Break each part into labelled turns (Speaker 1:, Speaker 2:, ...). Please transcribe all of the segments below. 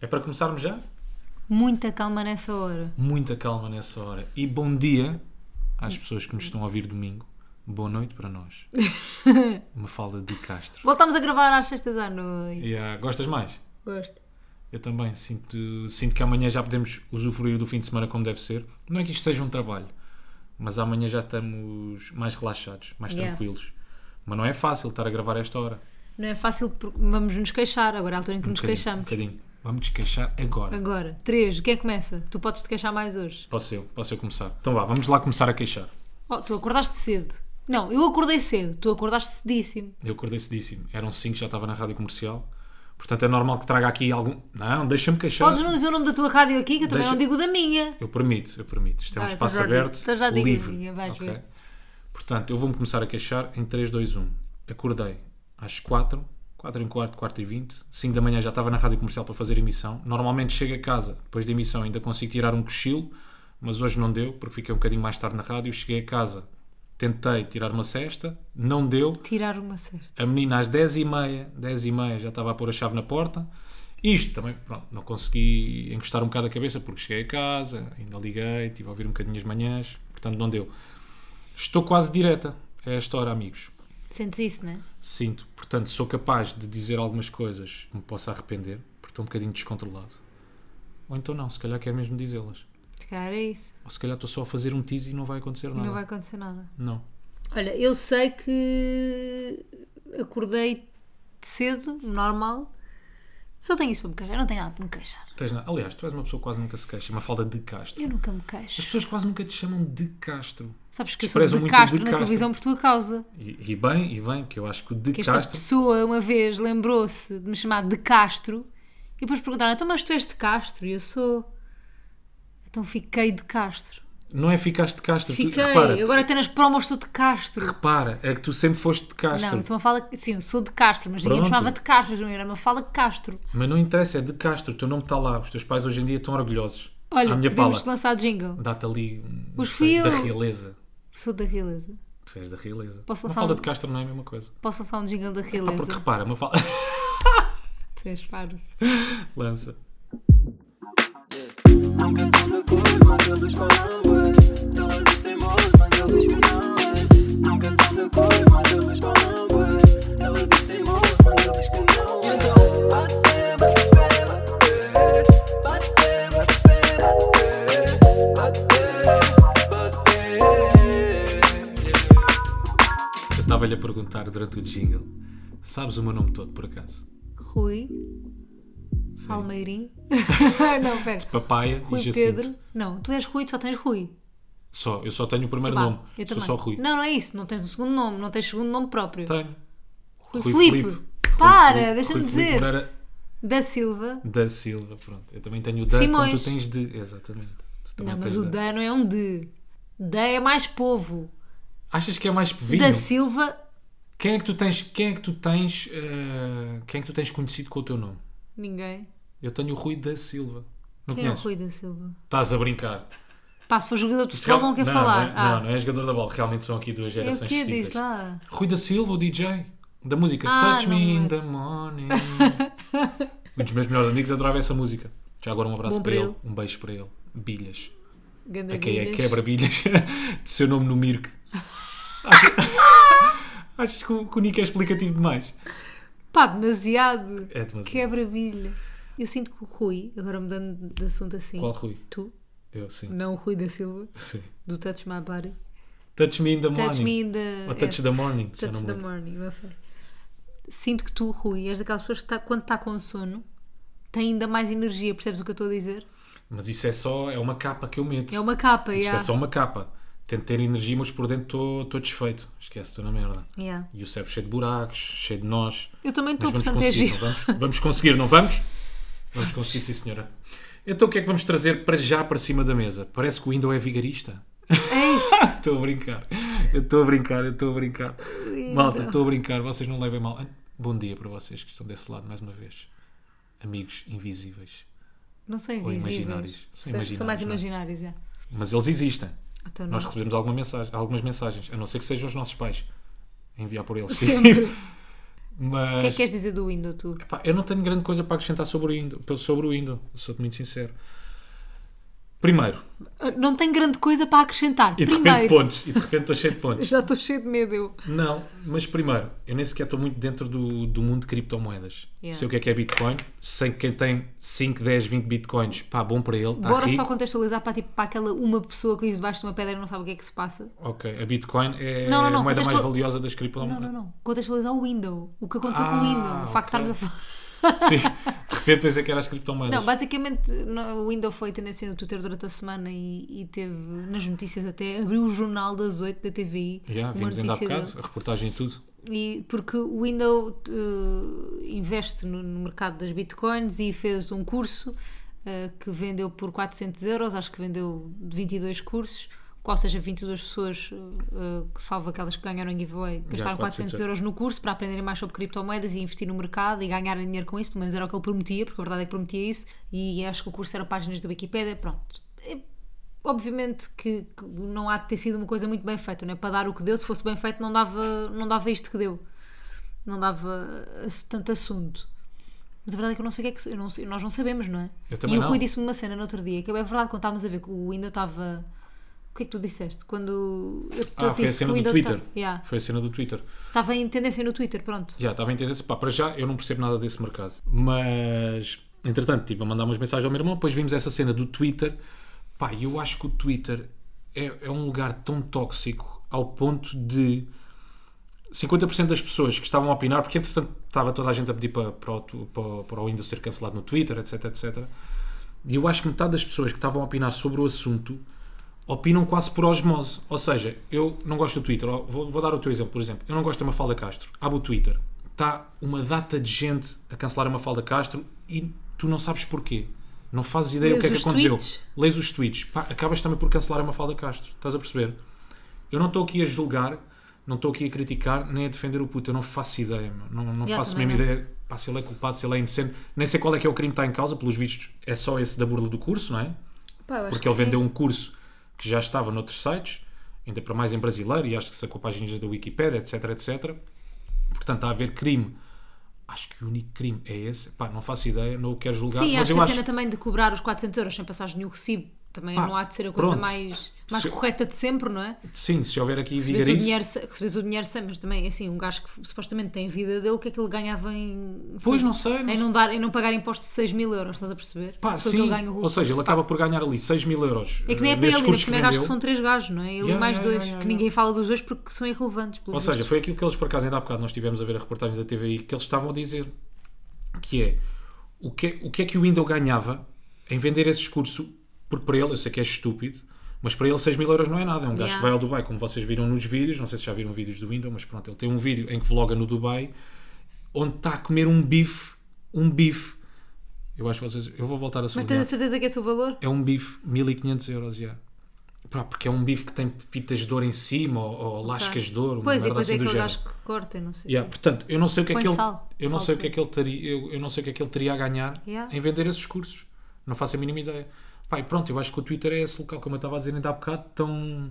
Speaker 1: É para começarmos já?
Speaker 2: Muita calma nessa hora.
Speaker 1: Muita calma nessa hora. E bom dia às pessoas que nos estão a ouvir domingo. Boa noite para nós. Uma fala de Castro.
Speaker 2: Voltamos a gravar às sextas à noite.
Speaker 1: E, ah, gostas mais?
Speaker 2: Gosto.
Speaker 1: Eu também sinto, sinto que amanhã já podemos usufruir do fim de semana como deve ser. Não é que isto seja um trabalho, mas amanhã já estamos mais relaxados, mais
Speaker 2: Yeah.
Speaker 1: tranquilos. Mas não é fácil estar a gravar a esta hora.
Speaker 2: Não é fácil porque vamos nos queixar. Agora é a altura em que nos
Speaker 1: Um bocadinho, Um
Speaker 2: queixamos.
Speaker 1: bocadinho. Vamos nos queixar agora.
Speaker 2: Agora, três, quem é que começa? Tu podes te queixar mais hoje.
Speaker 1: Posso eu, posso eu começar. Então vá, vamos lá começar a queixar.
Speaker 2: Oh, tu acordaste cedo. Não, eu acordei cedo. Tu acordaste cedíssimo.
Speaker 1: Eu acordei cedíssimo. Eram 5, já estava na rádio comercial. Portanto, é normal que traga aqui algum. Não, deixa-me queixar.
Speaker 2: Podes não dizer o nome da tua rádio aqui, que eu também
Speaker 1: Então, Deixa-
Speaker 2: não digo da minha.
Speaker 1: Eu permito, eu permito. Isto é um
Speaker 2: Ah, então
Speaker 1: espaço
Speaker 2: já digo-
Speaker 1: aberto,
Speaker 2: então já digo a
Speaker 1: livre.
Speaker 2: minha, vais
Speaker 1: ok?
Speaker 2: ver.
Speaker 1: Portanto, eu vou-me começar a queixar em 3, 2, 1. Acordei às 4, 4 em quarto, 4 e 20. 5 da manhã já estava na rádio comercial para fazer emissão. Normalmente chego a casa, depois da emissão ainda consigo tirar um cochilo, mas hoje não deu, porque fiquei um bocadinho mais tarde na rádio. Cheguei a casa, tentei tirar uma cesta, não deu.
Speaker 2: Tirar uma certa.
Speaker 1: A menina às 10h30, 10h30 já estava a pôr a chave na porta. Isto também, pronto, não consegui encostar um bocado a cabeça porque cheguei a casa, ainda liguei, estive a ouvir um bocadinho as manhãs, portanto não deu. Estou quase direta a esta hora, amigos.
Speaker 2: Sentes isso, não é?
Speaker 1: Sinto, portanto, sou capaz de dizer algumas coisas que me possa arrepender, porque estou um bocadinho descontrolado. Ou então não, se calhar quero mesmo dizê-las.
Speaker 2: Se calhar é isso.
Speaker 1: Ou se calhar estou só a fazer um tease e não vai acontecer nada.
Speaker 2: Não vai acontecer nada.
Speaker 1: Não.
Speaker 2: Olha, eu sei que acordei cedo, normal. Só tenho isso para me queixar. Eu não tenho nada para me queixar.
Speaker 1: Tens nada. Aliás, tu és uma pessoa que quase nunca se queixa, uma falda de Castro.
Speaker 2: Eu nunca me
Speaker 1: As
Speaker 2: queixo.
Speaker 1: pessoas quase nunca te chamam de Castro.
Speaker 2: Sabes que eu sou
Speaker 1: desprezam
Speaker 2: de
Speaker 1: muito o
Speaker 2: Castro
Speaker 1: de
Speaker 2: na
Speaker 1: Castro.
Speaker 2: televisão por tua causa.
Speaker 1: E, e bem, e bem, porque eu acho que o de
Speaker 2: Que esta
Speaker 1: Castro.
Speaker 2: pessoa uma vez lembrou-se de me chamar de Castro e depois perguntaram: então, mas tu és de Castro? E eu sou. Então fiquei de Castro.
Speaker 1: Não é ficaste de Castro. tu-
Speaker 2: Fiquei.
Speaker 1: repara, tu-
Speaker 2: Agora até nas promos sou de Castro.
Speaker 1: repara, é que tu sempre foste de Castro.
Speaker 2: Não, eu sou uma fala. Sim, eu sou de Castro, mas ninguém me
Speaker 1: Pronto.
Speaker 2: chamava de Castro, não era uma fala de Castro.
Speaker 1: Mas não interessa, é de Castro. O teu nome está lá. Os teus pais hoje em dia estão orgulhosos.
Speaker 2: Olha,
Speaker 1: a minha
Speaker 2: podemos
Speaker 1: pala.
Speaker 2: lançar jingle.
Speaker 1: Dá-te ali um-
Speaker 2: Os
Speaker 1: não sei, da
Speaker 2: fios.
Speaker 1: realeza.
Speaker 2: Sou da realeza.
Speaker 1: Tu és da realeza.
Speaker 2: Posso
Speaker 1: uma
Speaker 2: lançar
Speaker 1: falda
Speaker 2: um-
Speaker 1: de Castro não é a mesma coisa.
Speaker 2: Posso lançar um jingle da
Speaker 1: Pá,
Speaker 2: realeza?
Speaker 1: porque repara, uma falda.
Speaker 2: Tu és faro.
Speaker 1: Lança.
Speaker 3: Nunca estão de acordo, mas eles falam bué. Ela diz teimoso, mas ele diz que não é. Nunca estão de acordo, mas eles falam bué. Ela diz teimoso, mas ele diz que não é. Então, eh. bate, bate, bate. Bate, bate, bate. Bate, bate.
Speaker 1: Eu estava-lhe a perguntar durante o jingle: sabes o meu nome todo, por acaso?
Speaker 2: Rui
Speaker 1: Sim.
Speaker 2: Palmeirim. não, pera.
Speaker 1: Papaya
Speaker 2: Rui
Speaker 1: e Jacinto.
Speaker 2: Pedro. Não, tu és Rui, tu só tens Rui.
Speaker 1: Só, eu só tenho o primeiro
Speaker 2: Vá,
Speaker 1: nome.
Speaker 2: eu
Speaker 1: Sou
Speaker 2: também.
Speaker 1: só Rui.
Speaker 2: Não, não é isso. Não tens um segundo nome. Não tens segundo nome próprio.
Speaker 1: Tenho.
Speaker 2: Rui,
Speaker 1: Rui
Speaker 2: Filipe.
Speaker 1: Filipe. Rui
Speaker 2: Para,
Speaker 1: Filipe-
Speaker 2: deixa-me
Speaker 1: Rui Filipe
Speaker 2: dizer.
Speaker 1: Moreira
Speaker 2: Da Silva.
Speaker 1: Da Silva, pronto. Eu também tenho o da,
Speaker 2: Simões.
Speaker 1: como tu tens de. Exatamente. Tu também
Speaker 2: não, mas
Speaker 1: tens
Speaker 2: o da não é um de. Da é mais povo.
Speaker 1: Achas que é mais vinho?
Speaker 2: Da Silva,
Speaker 1: Quem é que tu tens, quem é que tu tens, eh, quem é que tu tens conhecido com o teu nome?
Speaker 2: ninguém.
Speaker 1: Eu tenho o Rui da Silva. Não
Speaker 2: Quem é o
Speaker 1: conheces?
Speaker 2: Rui da Silva?
Speaker 1: Estás a brincar.
Speaker 2: Pá, se for jogador de futebol, não quer
Speaker 1: não,
Speaker 2: falar.
Speaker 1: Não, é-
Speaker 2: ah,
Speaker 1: não, não é jogador da bola. Realmente são aqui duas
Speaker 2: é
Speaker 1: gerações
Speaker 2: o quê? Diz
Speaker 1: distintas. É
Speaker 2: lá.
Speaker 1: Rui da Silva, o DJ da música
Speaker 2: Ah,
Speaker 1: Touch
Speaker 2: não
Speaker 1: Me
Speaker 2: me
Speaker 1: in
Speaker 2: lembro.
Speaker 1: the Morning. um dos meus melhores amigos adorava essa música. Já agora um abraço
Speaker 2: Bom
Speaker 1: para
Speaker 2: para
Speaker 1: ele. um beijo para ele. Bilhas.
Speaker 2: Ganda
Speaker 1: A quem é
Speaker 2: Guilhas.
Speaker 1: quebra-bilhas de seu nome no Mirk. Achas, achas que, o, que o Nick é explicativo demais?
Speaker 2: Pá, demasiado.
Speaker 1: É demasiado.
Speaker 2: Quebra-bilha. Eu sinto que o Rui, agora mudando de assunto assim.
Speaker 1: Qual Rui?
Speaker 2: Tu,
Speaker 1: Eu, sim.
Speaker 2: não o Rui da Silva,
Speaker 1: sim.
Speaker 2: do Touch My Body.
Speaker 1: Touch me in the
Speaker 2: Touch me
Speaker 1: morning.
Speaker 2: in the.
Speaker 1: Ou touch
Speaker 2: S.
Speaker 1: the morning, já
Speaker 2: Touch
Speaker 1: não me
Speaker 2: the
Speaker 1: lembro.
Speaker 2: morning, não sei. Sinto que tu, Rui, és daquelas pessoas que tá- quando está com sono tem ainda mais energia, percebes o que eu estou a dizer?
Speaker 1: Mas isso é só, é uma capa que eu meto.
Speaker 2: É uma capa,
Speaker 1: Isto
Speaker 2: yeah.
Speaker 1: é só uma capa. Tento ter energia, mas por dentro estou- estou desfeito. Esquece, estou na merda.
Speaker 2: Yeah.
Speaker 1: E o cérebro cheio de buracos, cheio de nós.
Speaker 2: Eu
Speaker 1: Mas
Speaker 2: também estou,
Speaker 1: vamos
Speaker 2: portanto é
Speaker 1: conseguir, não
Speaker 2: giro.
Speaker 1: vamos? Vamos conseguir, não vamos? Vamos conseguir, sim senhora. Então o que é que vamos trazer para já para cima da mesa? Parece que o Windows é vigarista.
Speaker 2: É Ei,
Speaker 1: Estou a brincar, eu estou a brincar, eu estou a brincar.
Speaker 2: é
Speaker 1: Malta, estou a brincar, vocês não levem mal. Ah, Bom dia para vocês que estão desse lado, mais uma vez. Amigos invisíveis.
Speaker 2: não são
Speaker 1: Ou
Speaker 2: invisíveis.
Speaker 1: imaginários. São
Speaker 2: São, são mais
Speaker 1: imaginários, não é?
Speaker 2: imaginários, yeah.
Speaker 1: Mas eles existem.
Speaker 2: Então não.
Speaker 1: Nós recebemos alguma mensagem, algumas mensagens, a não ser que sejam os nossos pais. A enviar por eles.
Speaker 2: Sempre.
Speaker 1: Mas
Speaker 2: O que é que queres dizer do window, tu?
Speaker 1: Pá, eu não tenho grande coisa para acrescentar sobre o Indo, sobre o Indo, sou-te muito sincero. Primeiro,
Speaker 2: Ah, Não tem grande coisa para acrescentar.
Speaker 1: e de repente Tá
Speaker 2: Primeiro,
Speaker 1: pontos, e de repente estou cheio de pontos.
Speaker 2: já estou cheio de medo eu.
Speaker 1: Não, mas primeiro, eu nem sequer estou muito dentro do, do mundo de criptomoedas.
Speaker 2: Yeah.
Speaker 1: Sei o que é que é Bitcoin, sei que quem tem 5, 10, 20 Bitcoins, pá, bom para ele, tá está
Speaker 2: Bora
Speaker 1: rico.
Speaker 2: só contextualizar para, tipo, para aquela uma pessoa que vive debaixo de uma pedra e não sabe o que é que se passa.
Speaker 1: Ok, a Bitcoin é
Speaker 2: Não, não, não,
Speaker 1: a moeda mais
Speaker 2: contexto-
Speaker 1: valiosa das
Speaker 2: Não,
Speaker 1: criptomoedas.
Speaker 2: não, não. Contextualizar o window. O que aconteceu com
Speaker 1: Ah,
Speaker 2: o window. O facto de
Speaker 1: ok.
Speaker 2: estarmos a falar.
Speaker 1: Sim, de repente pensei que era as criptomoedas.
Speaker 2: Não, basicamente no- o Windows foi tendência no Twitter durante a semana e, e teve nas notícias até abriu o jornal das 8 da TVI
Speaker 1: Já,
Speaker 2: uma
Speaker 1: vimos ainda há
Speaker 2: notícia
Speaker 1: bocado,
Speaker 2: dele.
Speaker 1: a reportagem e tudo.
Speaker 2: E porque o Windows eh, investe no, no mercado das bitcoins e fez um curso eh, que vendeu por 400 euros, acho que vendeu de 22 cursos, ou seja, 22 pessoas, eh, eh, salvo aquelas que ganharam em giveaway, gastaram 400,
Speaker 1: 400
Speaker 2: euros no curso para aprenderem mais sobre criptomoedas e investir no mercado e ganharem dinheiro com isso, pelo menos era o que ele prometia, porque a verdade é que prometia isso, e acho que o curso era páginas do Wikipedia, pronto. É- Obviamente que, que não há de ter sido uma coisa muito bem feita, não é? Para dar o que deu, se fosse bem feito, não dava, não dava isto que deu. Não dava ass- tanto assunto. Mas a verdade é que eu não sei o que é que. se- eu não sei- nós não sabemos, não é?
Speaker 1: Eu também
Speaker 2: e o Rui
Speaker 1: não.
Speaker 2: disse-me uma cena no outro dia, que é bem verdade, quando estávamos a ver que o Windows estava. O que é que tu disseste? Quando. Eu,
Speaker 1: Ah,
Speaker 2: eu
Speaker 1: foi a
Speaker 2: disse que
Speaker 1: cena
Speaker 2: o
Speaker 1: do
Speaker 2: Windows
Speaker 1: Twitter.
Speaker 2: ta- Yeah.
Speaker 1: Foi a cena do Twitter.
Speaker 2: Estava em tendência no Twitter, pronto.
Speaker 1: Já, estava a entender pá, para já eu não percebo nada desse mercado. Mas, entretanto, estive a mandar umas mensagens ao meu irmão, depois vimos essa cena do Twitter. Pá, e eu acho que o Twitter é, é um lugar tão tóxico ao ponto de 50% das pessoas que estavam a opinar, porque entretanto estava toda a gente a pedir para, para, o, tu- para, o- para o Windows ser cancelado no Twitter, etc, etc. E eu acho que metade das pessoas que estavam a opinar sobre o assunto opinam quase por osmose. Ou seja, eu não gosto do Twitter. Ó, Vou, vou dar o teu exemplo, por exemplo. Eu não gosto da Mafalda Castro. Abro o Twitter. Está uma data de gente a cancelar a Mafalda Castro e tu não sabes porquê. Não fazes ideia
Speaker 2: Lês
Speaker 1: o que é que
Speaker 2: os
Speaker 1: aconteceu.
Speaker 2: tweets?
Speaker 1: Lês os tweets. Pá, acabas também por cancelar a Mafalda Castro. Estás a perceber? Eu não estou aqui a julgar, não estou aqui a criticar, nem a defender o puto. Eu não faço ideia, meu. não, não
Speaker 2: Yeah,
Speaker 1: faço
Speaker 2: também
Speaker 1: mesmo
Speaker 2: não.
Speaker 1: ideia pá, se ele é culpado, se ele é inocente. Nem sei qual é que é o crime que está em causa, pelos vistos é só esse da burla do curso, não é?
Speaker 2: Pá, eu acho
Speaker 1: Porque
Speaker 2: que
Speaker 1: ele
Speaker 2: sim.
Speaker 1: vendeu um curso que já estava noutros sites, ainda para mais em brasileiro, e acho que sacou páginas da Wikipédia, etc, etc. Portanto, há a haver crime. Acho que o único crime é esse. Pá, não faço ideia, não o quero julgar.
Speaker 2: Sim,
Speaker 1: um mas
Speaker 2: acho
Speaker 1: eu
Speaker 2: que a
Speaker 1: acho
Speaker 2: cena também de cobrar os 400 euros sem passar nenhum recibo também
Speaker 1: Pá,
Speaker 2: não há de ser a coisa
Speaker 1: pronto.
Speaker 2: mais, mais
Speaker 1: Se-
Speaker 2: correta de sempre, não é?
Speaker 1: Sim, se houver aqui
Speaker 2: Recebes o,
Speaker 1: vigarice...
Speaker 2: dinheiro, se- recebes o dinheiro sem, mas também, assim, um gajo que supostamente tem vida dele, o que é que ele ganhava em.
Speaker 1: Pois, não sei, não
Speaker 2: Em não, dar, em não pagar impostos de 6 mil euros, estás a perceber?
Speaker 1: Pá,
Speaker 2: Foi o
Speaker 1: sim,
Speaker 2: que ele ganha o
Speaker 1: ou seja, ele acaba por ganhar ali 6 mil euros.
Speaker 2: É que nem é
Speaker 1: eh,
Speaker 2: para ele,
Speaker 1: nesses
Speaker 2: ainda
Speaker 1: cursos
Speaker 2: porque não é
Speaker 1: vendeu.
Speaker 2: gajo que são três gajos, não é? Ele
Speaker 1: Yeah,
Speaker 2: e mais
Speaker 1: yeah,
Speaker 2: dois,
Speaker 1: yeah, yeah,
Speaker 2: que ninguém fala dos dois porque são irrelevantes. pelo
Speaker 1: Ou
Speaker 2: visto.
Speaker 1: seja, foi aquilo que eles, por acaso, ainda há bocado nós estivemos a ver a reportagem da TVI, que eles estavam a dizer, que é, o que, o que é que o Windows ganhava em vender esse discurso, porque para ele, eu sei que é estúpido, mas para ele 6 mil euros não é nada, é um gajo
Speaker 2: Yeah.
Speaker 1: que vai ao Dubai, como vocês viram nos vídeos, não sei se já viram vídeos do Windows, mas pronto, ele tem um vídeo em que vloga no Dubai, onde está a comer um bife, um bife, eu acho que vocês, eu vou voltar a
Speaker 2: Mas tens
Speaker 1: sublinhar,
Speaker 2: a certeza que é esse o valor?
Speaker 1: é um bife 1500 euros, yeah. Pá, porque é um bife que tem pepitas de ouro em cima, ou, ou lascas de ouro, uma
Speaker 2: Pois, e
Speaker 1: merda
Speaker 2: depois
Speaker 1: assim
Speaker 2: é
Speaker 1: do
Speaker 2: aquele
Speaker 1: género.
Speaker 2: gajo que corta, e não sei.
Speaker 1: Yeah, portanto, eu não sei o que é
Speaker 2: Põe
Speaker 1: que ele,
Speaker 2: sal.
Speaker 1: eu não
Speaker 2: Sal
Speaker 1: sei o que é
Speaker 2: também.
Speaker 1: que ele teria, eu, eu não sei o que é que ele teria a ganhar
Speaker 2: Yeah.
Speaker 1: em vender esses cursos. Não faço a mínima ideia. Pá, e pronto, eu acho que o Twitter é esse local, como eu estava a dizer ainda há bocado, tão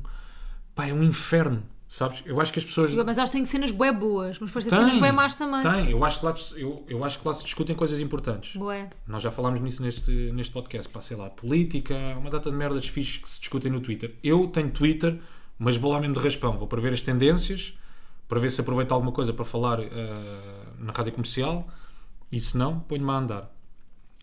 Speaker 1: pá, é um inferno, sabes? Eu acho que as pessoas
Speaker 2: Mas acho que tem cenas bué boas, mas depois tem cenas bué más também.
Speaker 1: Tem, eu acho que lá eu, eu acho que lá se discutem coisas importantes.
Speaker 2: Bué.
Speaker 1: Nós já falámos nisso neste, neste podcast. Pá, sei lá, política, uma data de merdas fixes que se discutem no Twitter. Eu tenho Twitter, mas vou lá mesmo de raspão. Vou para ver as tendências, para ver se aproveito alguma coisa para falar ah, na rádio comercial. E se não, ponho-me a andar.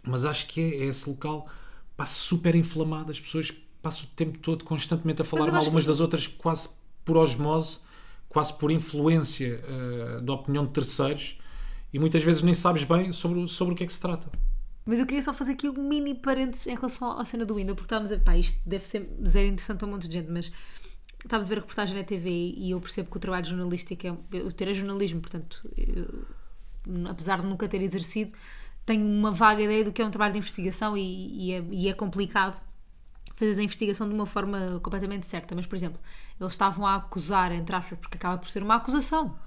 Speaker 1: Mas acho que é, é esse local pá, super inflamado. As pessoas passam o tempo todo constantemente a falar
Speaker 2: eu
Speaker 1: mal
Speaker 2: acho que-
Speaker 1: umas das outras, quase por osmose, quase por influência ah, da opinião de terceiros. E muitas vezes nem sabes bem sobre, o- sobre o que é que se trata.
Speaker 2: Mas eu queria só fazer aqui um mini parênteses em relação à cena do Windows, porque estávamos a ver, pá, isto deve ser zero interessante para um monte de gente, mas estávamos a ver a reportagem na TV e eu percebo que o trabalho jornalístico é. Eu terei jornalismo, portanto, eu, apesar de nunca ter exercido, tenho uma vaga ideia do que é um trabalho de investigação e, e é, e é complicado fazer a investigação de uma forma completamente certa. Mas, por exemplo, eles estavam a acusar, entre aspas, porque acaba por ser uma acusação,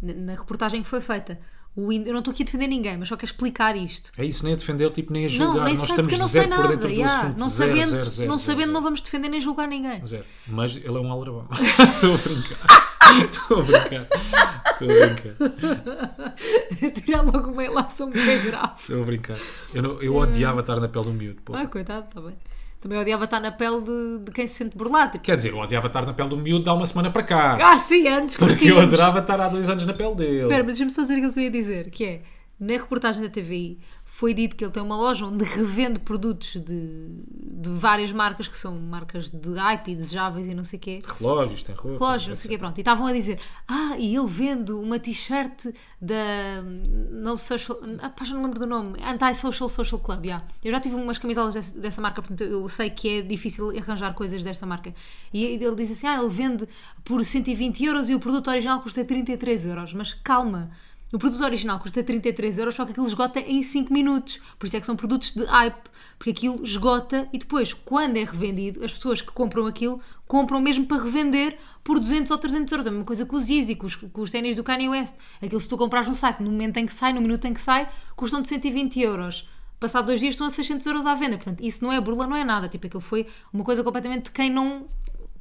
Speaker 2: na, na reportagem que foi feita. O Windows, eu não estou aqui a defender ninguém, mas só quero explicar isto.
Speaker 1: É isso, nem a defender, tipo, nem a
Speaker 2: Não,
Speaker 1: julgar.
Speaker 2: nem
Speaker 1: Nós
Speaker 2: sei,
Speaker 1: estamos
Speaker 2: porque eu não sei
Speaker 1: zero por
Speaker 2: nada.
Speaker 1: dentro do
Speaker 2: yeah.
Speaker 1: assunto.
Speaker 2: não
Speaker 1: zero,
Speaker 2: sabendo,
Speaker 1: zero, zero,
Speaker 2: não,
Speaker 1: zero,
Speaker 2: sabendo
Speaker 1: zero.
Speaker 2: não vamos defender nem julgar ninguém.
Speaker 1: Zero. Mas ele é um aldrabão. Estou a brincar. Estou a brincar. Estou a brincar.
Speaker 2: É Tirar logo uma ilação bem grave.
Speaker 1: Estou a brincar. Eu, não- eu odiava estar na pele do miúdo. pô.
Speaker 2: Ah, coitado, está bem. Também odiava estar na pele de, de quem se sente burlado. Tipo,
Speaker 1: Quer dizer, eu odiava estar na pele do miúdo há uma semana para cá.
Speaker 2: ah, sim, antes que
Speaker 1: Porque eu adorava estar há dois anos na pele dele.
Speaker 2: Espera, mas deixa-me só dizer aquilo que eu ia dizer, que é, na reportagem da TVI foi dito que ele tem uma loja onde revende produtos de, de várias marcas que são marcas de hype e desejáveis e não sei o quê.
Speaker 1: Relógios, tem roupa.
Speaker 2: Relógios, não sei o quê, pronto. E estavam a dizer, ah, e ele vende uma t-shirt da No Social, ah, pá, já não lembro do nome, Anti-Social Social Club, já. Eu já tive umas camisolas dessa, dessa marca, portanto eu sei que é difícil arranjar coisas desta marca. E ele diz assim, ah, ele vende por 120 euros e o produto original custa 33 euros, mas calma. O produto original custa 33 euros, só que aquilo esgota em 5 minutos. Por isso é que são produtos de hype, porque aquilo esgota e depois, quando é revendido, as pessoas que compram aquilo compram mesmo para revender por 200 ou 300 euros. É A mesma coisa com os Yeezy, com os, com os ténis do Kanye West. Aquilo, se tu comprares no site, no momento em que sai, no minuto em que sai, custam de 120 euros. Passado dois dias estão a 600 euros à venda. Portanto, isso não é burla, não é nada. Tipo, aquilo foi uma coisa completamente de quem não,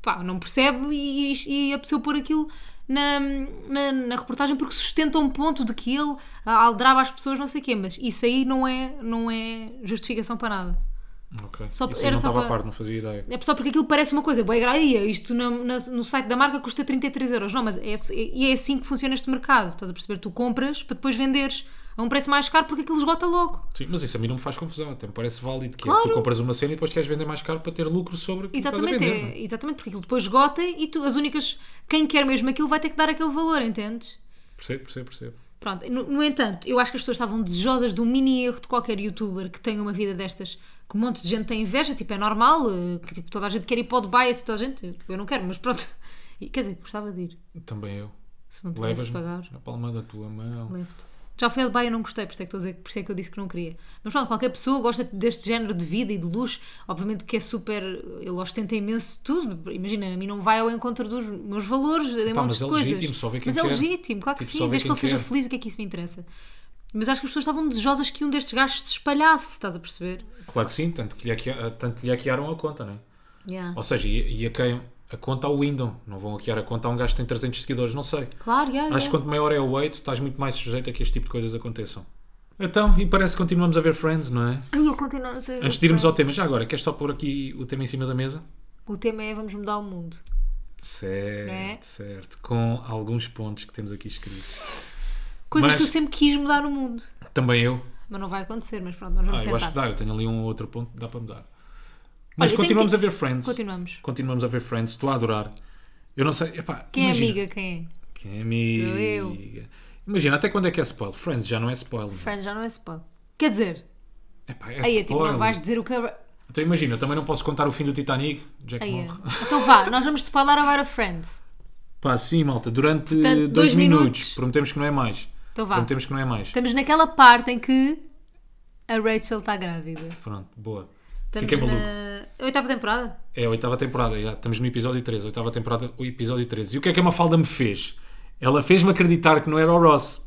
Speaker 2: pá, não percebe e, e, e a pessoa pôr aquilo na, na, na reportagem porque sustenta um ponto de que ele aldrava as pessoas, não sei o quê. Mas isso aí não é, não é justificação para nada.
Speaker 1: assim. Ok.
Speaker 2: Só-
Speaker 1: Isso eu
Speaker 2: era
Speaker 1: não
Speaker 2: só
Speaker 1: estava a
Speaker 2: para-
Speaker 1: par, não fazia ideia.
Speaker 2: É só porque aquilo parece uma coisa, boa graia, é isto na- na- no site da marca custa 33 euros. Não, mas é, e é assim que funciona este mercado, estás a perceber? Tu compras para depois venderes a um preço mais caro porque aquilo esgota logo.
Speaker 1: Sim, mas isso a mim não me faz confusão. Até me parece válido que é,
Speaker 2: Claro.
Speaker 1: tu compras uma cena e depois queres vender mais caro para ter lucro sobre o que estás a
Speaker 2: Exatamente,
Speaker 1: vender,
Speaker 2: é-
Speaker 1: não é?
Speaker 2: exatamente, porque aquilo depois esgota e tu, as únicas, quem quer mesmo aquilo vai ter que dar aquele valor, entendes?
Speaker 1: Percebo, percebo, percebo.
Speaker 2: Pronto, no, no entanto, eu acho que as pessoas estavam desejosas do mini erro de qualquer youtuber que tenha uma vida destas, que um monte de gente tem inveja, tipo, é normal, eh, que tipo, toda a gente quer ir para o Dubai, assim, toda a gente, eu não quero, mas pronto. E, quer dizer, gostava de ir,
Speaker 1: Também eu.
Speaker 2: se não tivesse de
Speaker 1: Levas-me
Speaker 2: pagar.
Speaker 1: na palma da tua mão.
Speaker 2: Levo-te. Já fui a Dubai e não gostei, por isso, é que estou a dizer, por isso é que eu disse que não queria. Mas pronto, qualquer pessoa gosta deste género de vida e de luxo. Obviamente que é super. Ele ostenta imenso tudo. Imagina, a mim não vai ao encontro dos meus valores, em
Speaker 1: Pá, mas
Speaker 2: montes de
Speaker 1: é
Speaker 2: coisas.
Speaker 1: legítimo, só vê quem
Speaker 2: mas é
Speaker 1: quer.
Speaker 2: legítimo, claro que
Speaker 1: Tipo, só
Speaker 2: sim.
Speaker 1: vê
Speaker 2: Desde que
Speaker 1: quem
Speaker 2: ele seja
Speaker 1: quer.
Speaker 2: feliz, o que é que isso me interessa? Mas acho que as pessoas estavam desejosas que um destes gajos se espalhasse, estás a perceber?
Speaker 1: Claro que sim, tanto que lhe, hacke- eh, tanto que lhe hackearam a conta, não é?
Speaker 2: Yeah.
Speaker 1: Ou seja, e, e hackeiam a conta ao Windows. Não vão hackear a conta a um gajo que tem 300 seguidores, não sei.
Speaker 2: Claro, yeah,
Speaker 1: Acho que
Speaker 2: yeah.
Speaker 1: quanto maior é o weight, estás muito mais sujeito a que este tipo de coisas aconteçam. Então, e parece que continuamos a ver Friends, não é?
Speaker 2: Ai, eu continuo a dizer-
Speaker 1: Antes de irmos ao tema, já agora, queres só pôr aqui o tema em cima da mesa?
Speaker 2: O tema é vamos mudar o mundo.
Speaker 1: Certo,
Speaker 2: Não é?
Speaker 1: certo. Com alguns pontos que temos aqui escritos.
Speaker 2: Coisas
Speaker 1: Mas-
Speaker 2: que eu sempre quis mudar no mundo.
Speaker 1: Também eu.
Speaker 2: Mas não vai acontecer, mas pronto, nós vamos
Speaker 1: Ah, eu
Speaker 2: tentar.
Speaker 1: acho que dá, eu tenho ali um outro ponto que dá para mudar. Mas
Speaker 2: Olha, eu
Speaker 1: continuamos
Speaker 2: tenho
Speaker 1: a ver Friends.
Speaker 2: Continuamos.
Speaker 1: Continuamos a ver Friends, estou a adorar. Eu não sei. Epá,
Speaker 2: Quem
Speaker 1: imagina.
Speaker 2: é amiga? Quem é?
Speaker 1: Quem é amiga?
Speaker 2: Sou eu.
Speaker 1: Imagina, até quando é que é spoiler? Friends já não é spoiler.
Speaker 2: Friends já não é spoiler. Quer dizer,
Speaker 1: Epá, é
Speaker 2: aí é tipo,
Speaker 1: spoiler.
Speaker 2: não vais dizer o que. é-
Speaker 1: Então imagina, eu também não posso contar o fim do Titanic. Jack
Speaker 2: Aí é.
Speaker 1: morre.
Speaker 2: Então vá, nós vamos spoiler agora Friends.
Speaker 1: Pá, sim, malta, durante
Speaker 2: Portanto,
Speaker 1: dois,
Speaker 2: dois
Speaker 1: minutos.
Speaker 2: minutos.
Speaker 1: Prometemos que não é mais.
Speaker 2: Então vá.
Speaker 1: Prometemos que não é mais.
Speaker 2: Estamos naquela parte em que a Rachel está grávida.
Speaker 1: Pronto, boa.
Speaker 2: Estamos
Speaker 1: Fiquei maluco.
Speaker 2: na oitava temporada.
Speaker 1: É a oitava temporada, já. estamos no episódio 13, oitava temporada, o episódio 13. E o que é que a Mafalda me fez? Ela fez-me acreditar que não era o Ross.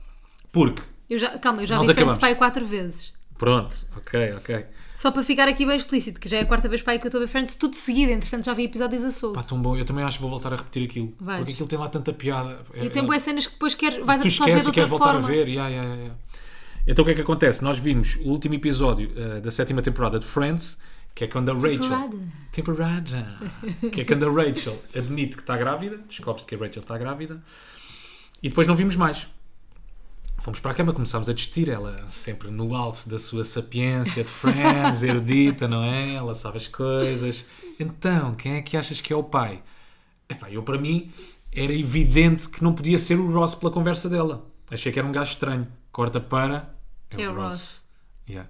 Speaker 1: Porque,
Speaker 2: Eu já, calma, eu já
Speaker 1: Nós
Speaker 2: vi Friends
Speaker 1: acabamos.
Speaker 2: pai quatro vezes.
Speaker 1: pronto, ok, ok.
Speaker 2: Só para ficar aqui bem explícito, que já é a quarta vez pai que eu estou a ver Friends, tudo de seguida, entretanto já vi episódios a solto.
Speaker 1: Pá, tão bom, eu também acho que vou voltar a repetir aquilo.
Speaker 2: Vais.
Speaker 1: Porque aquilo tem lá tanta piada.
Speaker 2: E o tempo é cenas que depois quer, vais
Speaker 1: tu
Speaker 2: absorver
Speaker 1: esqueces
Speaker 2: de
Speaker 1: e
Speaker 2: outra
Speaker 1: queres voltar
Speaker 2: forma.
Speaker 1: a ver. Ya, ya, ya, ya. Então o que é que acontece? Nós vimos o último episódio eh, da sétima temporada de Friends, que é quando a
Speaker 2: Tipo
Speaker 1: Rachel.
Speaker 2: Temporada.
Speaker 1: Temporada. que é quando a Rachel admite que está grávida, descobre-se que a Rachel está grávida, e depois não vimos mais. Fomos para a cama, começámos a discutir, ela sempre no alto da sua sapiência de Friends, erudita, não é? Ela sabe as coisas. Então, quem é que achas que é o pai? Epá, eu para mim era evidente que não podia ser o Ross pela conversa dela. Achei que era um gajo estranho. Corta para. É, o Ross. Yeah.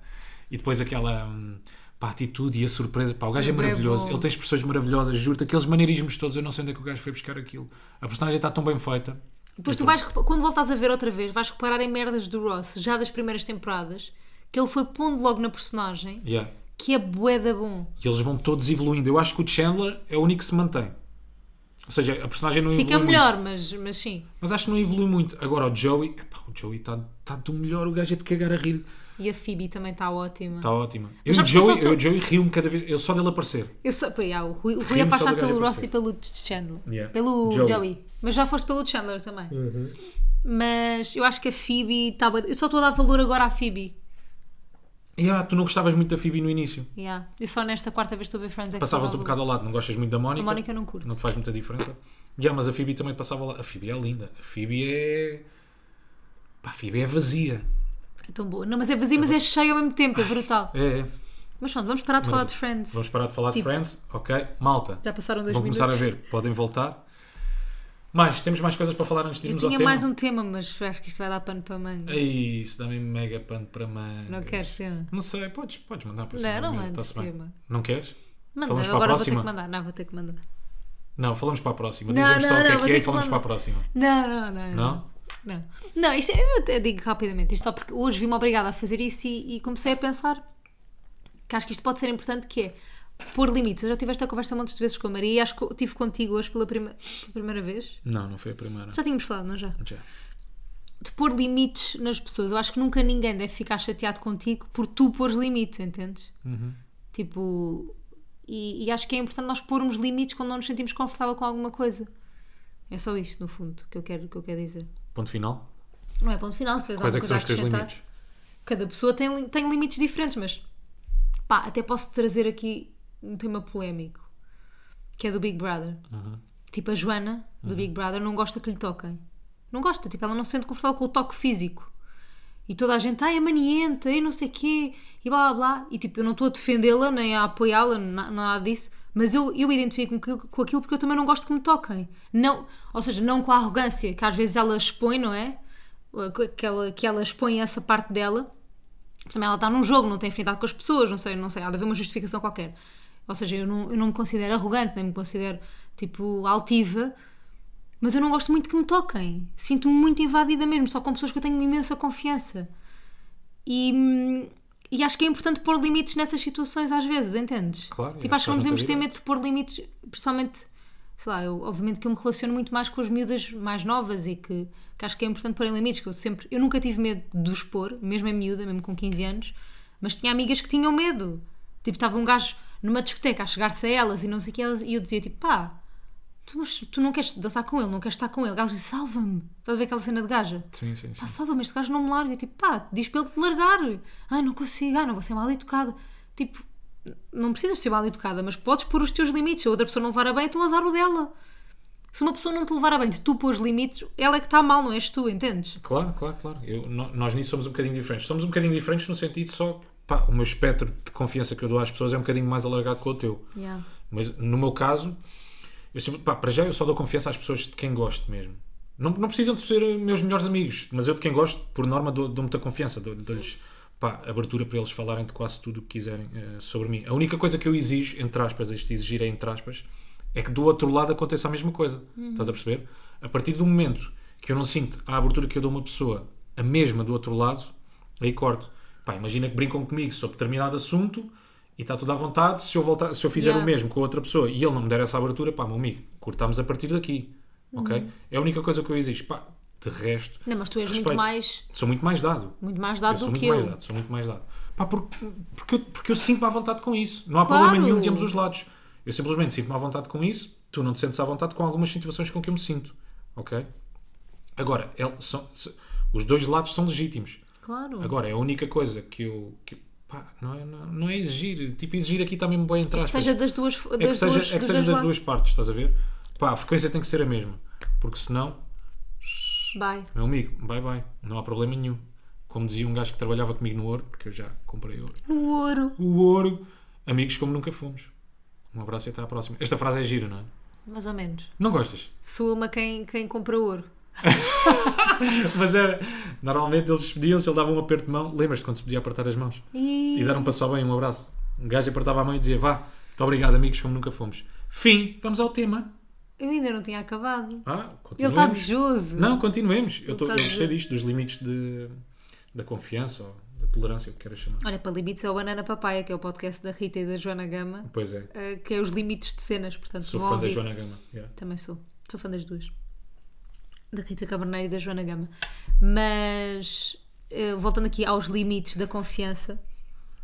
Speaker 1: E depois aquela hum, pá, atitude e a surpresa. Pá, o gajo é
Speaker 2: É bué
Speaker 1: maravilhoso.
Speaker 2: bom.
Speaker 1: Ele tem expressões maravilhosas, juro-te. Aqueles maneirismos todos, eu não sei onde é que o gajo foi buscar aquilo. A personagem está tão bem feita.
Speaker 2: Depois
Speaker 1: Então.
Speaker 2: tu vais, repa- quando voltas a ver outra vez, vais reparar em merdas do Ross, já das primeiras temporadas, que ele foi pondo logo na personagem,
Speaker 1: Yeah.
Speaker 2: que é boeda bom.
Speaker 1: E eles vão todos evoluindo. Eu acho que o Chandler é o único que se mantém. Ou seja, a personagem não
Speaker 2: Fica
Speaker 1: evolui
Speaker 2: melhor,
Speaker 1: muito.
Speaker 2: mas, mas sim.
Speaker 1: tá Mas acho que não evolui muito. Agora o Joey, epá, o Joey está tá do melhor. O gajo é de cagar a rir.
Speaker 2: E a Phoebe também está ótima.
Speaker 1: Está ótima. Eu e
Speaker 2: já
Speaker 1: o
Speaker 2: porque eu
Speaker 1: Joey,
Speaker 2: sou
Speaker 1: eu, o Joey rio-me cada vez. Eu só dele aparecer.
Speaker 2: Eu sou, pô, yeah, o Rui, o Rui
Speaker 1: Rio-me
Speaker 2: é
Speaker 1: só
Speaker 2: apaixonado
Speaker 1: do gajo
Speaker 2: pelo Ross
Speaker 1: aparecer.
Speaker 2: e pelo Chandler.
Speaker 1: Yeah.
Speaker 2: Pelo
Speaker 1: Joey. Uhum.
Speaker 2: Joey. Mas já foste pelo Chandler também. Mas eu acho que a Phoebe está boa. Eu só estou a dar valor agora à Phoebe.
Speaker 1: E ah, tu não gostavas muito da Phoebe no início.
Speaker 2: Yeah. Eu só nesta quarta vez estou a ver Friends é que
Speaker 1: Passava-te
Speaker 2: estou
Speaker 1: um
Speaker 2: a dar valor.
Speaker 1: bocado ao lado. Não gostas muito da Mónica?
Speaker 2: A Mónica eu não curto.
Speaker 1: Não te faz muita diferença. Yeah, mas a Phoebe também passava lá. A Phoebe é linda. A Phoebe é. Pá, a Phoebe é vazia.
Speaker 2: É tão boa. Não, mas é vazia, mas é cheia ao mesmo tempo. É brutal.
Speaker 1: É, é.
Speaker 2: Mas pronto, vamos parar de falar de Friends.
Speaker 1: Vamos parar de falar
Speaker 2: Tipo-
Speaker 1: de Friends. Ok. Malta.
Speaker 2: Já passaram dois
Speaker 1: Vão
Speaker 2: minutos.
Speaker 1: começar a ver. Podem voltar. Mais, temos mais coisas para falar antes de
Speaker 2: Eu
Speaker 1: irmos
Speaker 2: tinha
Speaker 1: ao
Speaker 2: mais
Speaker 1: tema.
Speaker 2: um tema, mas acho que isto vai dar pano para manga.
Speaker 1: Ei, isso dá-me mega pano para manga.
Speaker 2: Não queres tema?
Speaker 1: Não sei, podes, podes mandar para
Speaker 2: Não,
Speaker 1: cima. da
Speaker 2: não
Speaker 1: mesa,
Speaker 2: mandes
Speaker 1: está-se bem.
Speaker 2: tema.
Speaker 1: Não queres?
Speaker 2: Manda,
Speaker 1: Falamos
Speaker 2: eu
Speaker 1: para a
Speaker 2: agora vou ter
Speaker 1: próxima?
Speaker 2: que mandar. Não, vou ter que mandar.
Speaker 1: Não, falamos para a próxima.
Speaker 2: Não,
Speaker 1: Dizemos só
Speaker 2: não,
Speaker 1: o que
Speaker 2: não,
Speaker 1: é
Speaker 2: vou
Speaker 1: que é
Speaker 2: ter
Speaker 1: e
Speaker 2: que
Speaker 1: falamos para
Speaker 2: mandar.
Speaker 1: a próxima.
Speaker 2: Não, não, não.
Speaker 1: Não?
Speaker 2: Não, não isto é, eu até digo rapidamente, isto só porque hoje vi-me obrigada a fazer isso e, e comecei a pensar que acho que isto pode ser importante, que é pôr limites. Eu já tive esta conversa montes de vezes com a Maria e acho que eu tive contigo hoje pela, prima- pela primeira vez.
Speaker 1: Não, não foi a primeira.
Speaker 2: Já tínhamos falado, não já?
Speaker 1: Já.
Speaker 2: De pôr limites nas pessoas. Eu acho que nunca ninguém deve ficar chateado contigo por tu pôres limites, entendes?
Speaker 1: Uhum.
Speaker 2: Tipo, e, e acho que é importante nós pormos limites quando não nos sentimos confortável com alguma coisa. É só isto, no fundo, que eu quero, que eu quero dizer.
Speaker 1: Ponto final.
Speaker 2: Não é ponto final, se fez
Speaker 1: Quais
Speaker 2: alguma
Speaker 1: é que são
Speaker 2: coisa
Speaker 1: os
Speaker 2: a
Speaker 1: teus
Speaker 2: acrescentar.
Speaker 1: limites?
Speaker 2: Cada pessoa tem, li- tem limites diferentes, mas pá, até posso trazer aqui um tema polémico que é do Big Brother. Tipo, a Joana do Big Brother não gosta que lhe toquem. Não gosta, tipo, ela não se sente confortável com o toque físico. E toda a gente, ai, é maniente, ai, não sei quê, e blá blá blá. E tipo, eu não estou a defendê-la, nem a apoiá-la, na- nada disso, mas eu, eu identifico-me com aquilo- com aquilo porque eu também não gosto que me toquem. Não, ou seja, não com a arrogância que às vezes ela expõe, não é? Que ela, que ela expõe essa parte dela, também ela está num jogo, não tem afinidade com as pessoas, não sei, não sei, há de haver uma justificação qualquer. Ou seja, eu não, eu não me considero arrogante, nem me considero tipo altiva, mas eu não gosto muito que me toquem. Sinto-me muito invadida mesmo, só com pessoas que eu tenho imensa confiança. E, hum, e acho que é importante pôr limites nessas situações às vezes, entendes?
Speaker 1: Claro, acho
Speaker 2: tipo, acho que
Speaker 1: que
Speaker 2: não
Speaker 1: faz
Speaker 2: devemos
Speaker 1: muito
Speaker 2: ter
Speaker 1: direito.
Speaker 2: medo de pôr limites, principalmente, sei lá, eu, obviamente que eu me relaciono muito mais com as miúdas mais novas e que, que acho que é importante pôr limites, que eu sempre, eu nunca tive medo de os pôr, mesmo em miúda, mesmo com 15 anos, mas tinha amigas que tinham medo. Tipo, estava um gajo numa discoteca a chegar-se a elas e não sei o que elas, e eu dizia tipo, pá, tu, mas tu não queres dançar com ele, não queres estar com ele. O gajo diz, salva-me. Estás a ver aquela cena de gaja?
Speaker 1: Sim, sim, sim.
Speaker 2: Pá, salva-me, este gajo não me larga. Tipo, pá, diz para ele te largar. Ai, não consigo, ai, não vou ser mal educada. Tipo, não precisas ser mal educada, mas podes pôr os teus limites. Se a outra pessoa não levar a bem, então azar o dela. Se uma pessoa não te levar a bem, de tu pôs limites, ela é que está mal, não és tu, entendes?
Speaker 1: Claro, claro, claro. Eu- no- nós nisso somos um bocadinho diferentes. Somos um bocadinho diferentes no sentido só que pá, o meu espectro de confiança que eu dou às pessoas é um bocadinho mais alargado que o teu. Mas no meu caso, eu sempre, pá, para já eu só dou confiança às pessoas de quem gosto mesmo. Não, não precisam de ser eh, meus melhores amigos, mas eu de quem gosto, por norma, dou, dou muita confiança, dou- dou-lhes pá, abertura para eles falarem de quase tudo o que quiserem eh, sobre mim. A única coisa que eu exijo, entre aspas, isto exigir é entre aspas, é que do outro lado aconteça a mesma coisa. Estás a perceber? A partir do momento que eu não sinto a abertura que eu dou a uma pessoa a mesma do outro lado, aí corto. Pá, imagina que brincam comigo sobre determinado assunto e está tudo à vontade. Se eu, voltar, se eu fizer
Speaker 2: Yeah.
Speaker 1: o mesmo mesmo com outra pessoa e ele não me der essa abertura, pá, meu amigo, cortamos a partir daqui.
Speaker 2: Uhum.
Speaker 1: Ok? É a única coisa que eu exijo. Pá, de resto,
Speaker 2: Não, mas tu és
Speaker 1: Respeito.
Speaker 2: muito mais,
Speaker 1: sou muito mais dado.
Speaker 2: muito mais
Speaker 1: eu
Speaker 2: dado
Speaker 1: sou
Speaker 2: do
Speaker 1: muito
Speaker 2: que
Speaker 1: mais
Speaker 2: eu.
Speaker 1: dado, sou muito mais dado. Pá, porque, porque, eu, porque eu sinto-me à vontade com isso. Não há
Speaker 2: Claro.
Speaker 1: problema nenhum de ambos os lados. Eu simplesmente sinto-me à vontade com isso, tu não te sentes à vontade com algumas situações com que eu me sinto. Ok? Agora, el- são- se- os dois lados são legítimos.
Speaker 2: Claro.
Speaker 1: Agora, é a única coisa que eu. Que, pá, não é, não, não é exigir. Tipo, exigir aqui está mesmo bem entre
Speaker 2: É que
Speaker 1: aspas
Speaker 2: seja das duas. Das
Speaker 1: é que seja, é que
Speaker 2: duas, dos
Speaker 1: seja
Speaker 2: dois
Speaker 1: das
Speaker 2: lados.
Speaker 1: duas partes, estás a ver? Pá, a frequência tem que ser a mesma. Porque senão,
Speaker 2: Bye.
Speaker 1: meu amigo, bye bye, não há problema nenhum. Como dizia um gajo que trabalhava comigo no ouro, porque eu já comprei ouro.
Speaker 2: No ouro.
Speaker 1: O ouro, amigos como nunca fomos. Um abraço e até à próxima. Esta frase é gira, não é?
Speaker 2: Mais ou menos.
Speaker 1: Não gostas?
Speaker 2: Sou uma quem, quem compra ouro.
Speaker 1: Mas era, normalmente eles pediam-se, ele dava um aperto de mão. Lembras-te quando se podia apertar as mãos?
Speaker 2: E,
Speaker 1: E dar um passo ao bem, um abraço. Um gajo apertava a mão e dizia, vá, muito obrigado, amigos como nunca fomos. Fim, vamos ao tema.
Speaker 2: eu ainda não tinha acabado.
Speaker 1: Ah,
Speaker 2: Ele está
Speaker 1: continuamos.
Speaker 2: desejoso.
Speaker 1: Não, continuemos. Eu, tô, eu
Speaker 2: Estás a
Speaker 1: gostei
Speaker 2: ver?
Speaker 1: disto, dos limites de, da confiança ou da tolerância, o que queiras chamar.
Speaker 2: Olha, para limites é o Banana Papaya, que é o podcast da Rita e da Joana Gama,
Speaker 1: Pois é,
Speaker 2: eh, que é os limites de cenas, portanto,
Speaker 1: sou
Speaker 2: vão
Speaker 1: fã da
Speaker 2: ouvir.
Speaker 1: Joana Gama. yeah.
Speaker 2: Também sou. Sou fã das duas. Da Rita Cabernet e da Joana Gama. Mas eh, voltando aqui aos limites da confiança,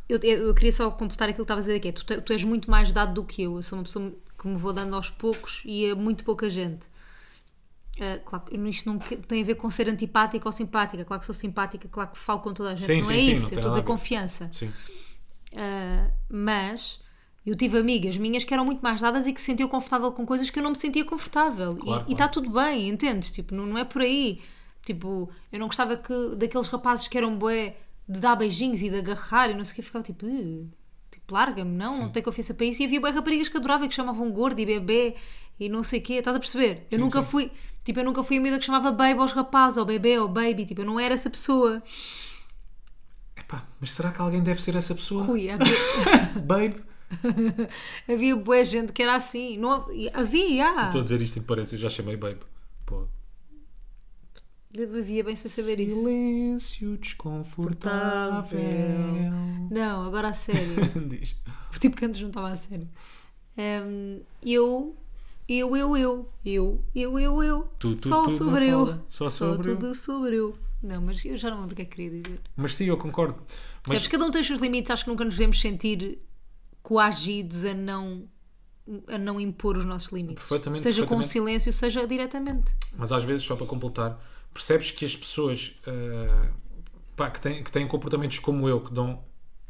Speaker 2: eu, eu- eu queria só completar aquilo que estava a dizer aqui. Tu, te- tu és muito mais dado do que eu. Eu sou uma pessoa que me vou dando aos poucos e a muito pouca gente. Eh, claro que isto não que- tem a ver com ser antipática ou simpática. Claro que sou simpática, claro que falo com toda a gente.
Speaker 1: Sim,
Speaker 2: não
Speaker 1: sim,
Speaker 2: é
Speaker 1: sim,
Speaker 2: isso.
Speaker 1: não tem
Speaker 2: eu estou a
Speaker 1: nada a
Speaker 2: dizer
Speaker 1: ver.
Speaker 2: confiança.
Speaker 1: Sim.
Speaker 2: Uh, mas eu tive amigas minhas que eram muito mais dadas e que se sentiam confortável com coisas que eu não me sentia confortável. E-
Speaker 1: Claro,
Speaker 2: e está
Speaker 1: claro.
Speaker 2: tudo bem, entendes? Tipo, não, não é por aí. Tipo, eu não gostava que, daqueles rapazes que eram bué de dar beijinhos e de agarrar e não sei o que, ficava tipo, "Ih, tipo larga-me, não, não tenho confiança para isso. E havia bué raparigas que adoravam e que chamavam gordo e bebê e não sei o quê, estás a perceber? Eu nunca fui, tipo, eu nunca fui a miúda que chamava baby aos rapazes, ou bebê, ou baby, tipo, eu não era essa pessoa.
Speaker 1: Epá, mas será que alguém deve ser essa pessoa?
Speaker 2: Ui, havia-
Speaker 1: Babe.
Speaker 2: Havia boa gente que era assim. Não, hav- havia, já.
Speaker 1: Estou a dizer isto em parênteses, eu já chamei babe. Pô.
Speaker 2: Havia bem sem saber isso.
Speaker 1: Silêncio desconfortável.
Speaker 2: Não, agora a sério.
Speaker 1: Diz.
Speaker 2: tipo que antes não estava a sério. Hum, eu, eu, eu, eu, eu, eu, eu, eu.
Speaker 1: Tu, tu,
Speaker 2: Só
Speaker 1: tu,
Speaker 2: sobre eu.
Speaker 1: Mafalda. Só sobre
Speaker 2: tudo sobre eu. Não, mas eu já não lembro o que é que queria dizer.
Speaker 1: Mas sim, eu concordo. Mas
Speaker 2: Percebes? Cada um tem os seus limites. Acho que nunca nos devemos sentir coagidos a não a não impor os nossos limites.
Speaker 1: Perfeitamente,
Speaker 2: Seja com
Speaker 1: perfeitamente.
Speaker 2: silêncio, seja diretamente.
Speaker 1: mas às vezes, só para completar, percebes que as pessoas ah, pá, que, têm, que têm comportamentos como eu, que dão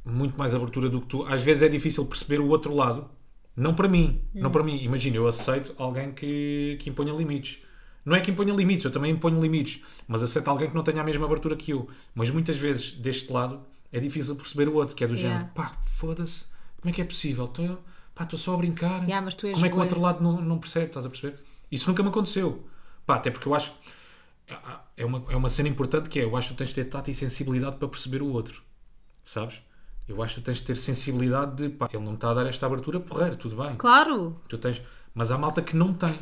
Speaker 1: muito mais abertura do que tu, às vezes é difícil perceber o outro lado. Não para mim, não para mim. Imagina, eu aceito alguém que, que imponha limites. Não é que imponha limites, eu também imponho limites, mas aceito alguém que não tenha a mesma abertura que eu. Mas muitas vezes, deste lado, é difícil perceber o outro, que é do
Speaker 2: Yeah.
Speaker 1: género, pá, foda-se, como é que é possível? Estou pá, estou só a brincar.
Speaker 2: Yeah, mas tu és
Speaker 1: como é que o
Speaker 2: bué.
Speaker 1: outro lado não, não percebe, estás a perceber? Isso nunca me aconteceu. Pá, até porque eu acho. É uma, é uma cena importante que é, eu acho que tu tens de ter tato e sensibilidade para perceber o outro. Sabes? Eu acho que tu tens de ter sensibilidade de, pá, ele não me está a dar esta abertura, porreiro, tudo bem.
Speaker 2: Claro!
Speaker 1: Tu tens, mas há malta que não tem.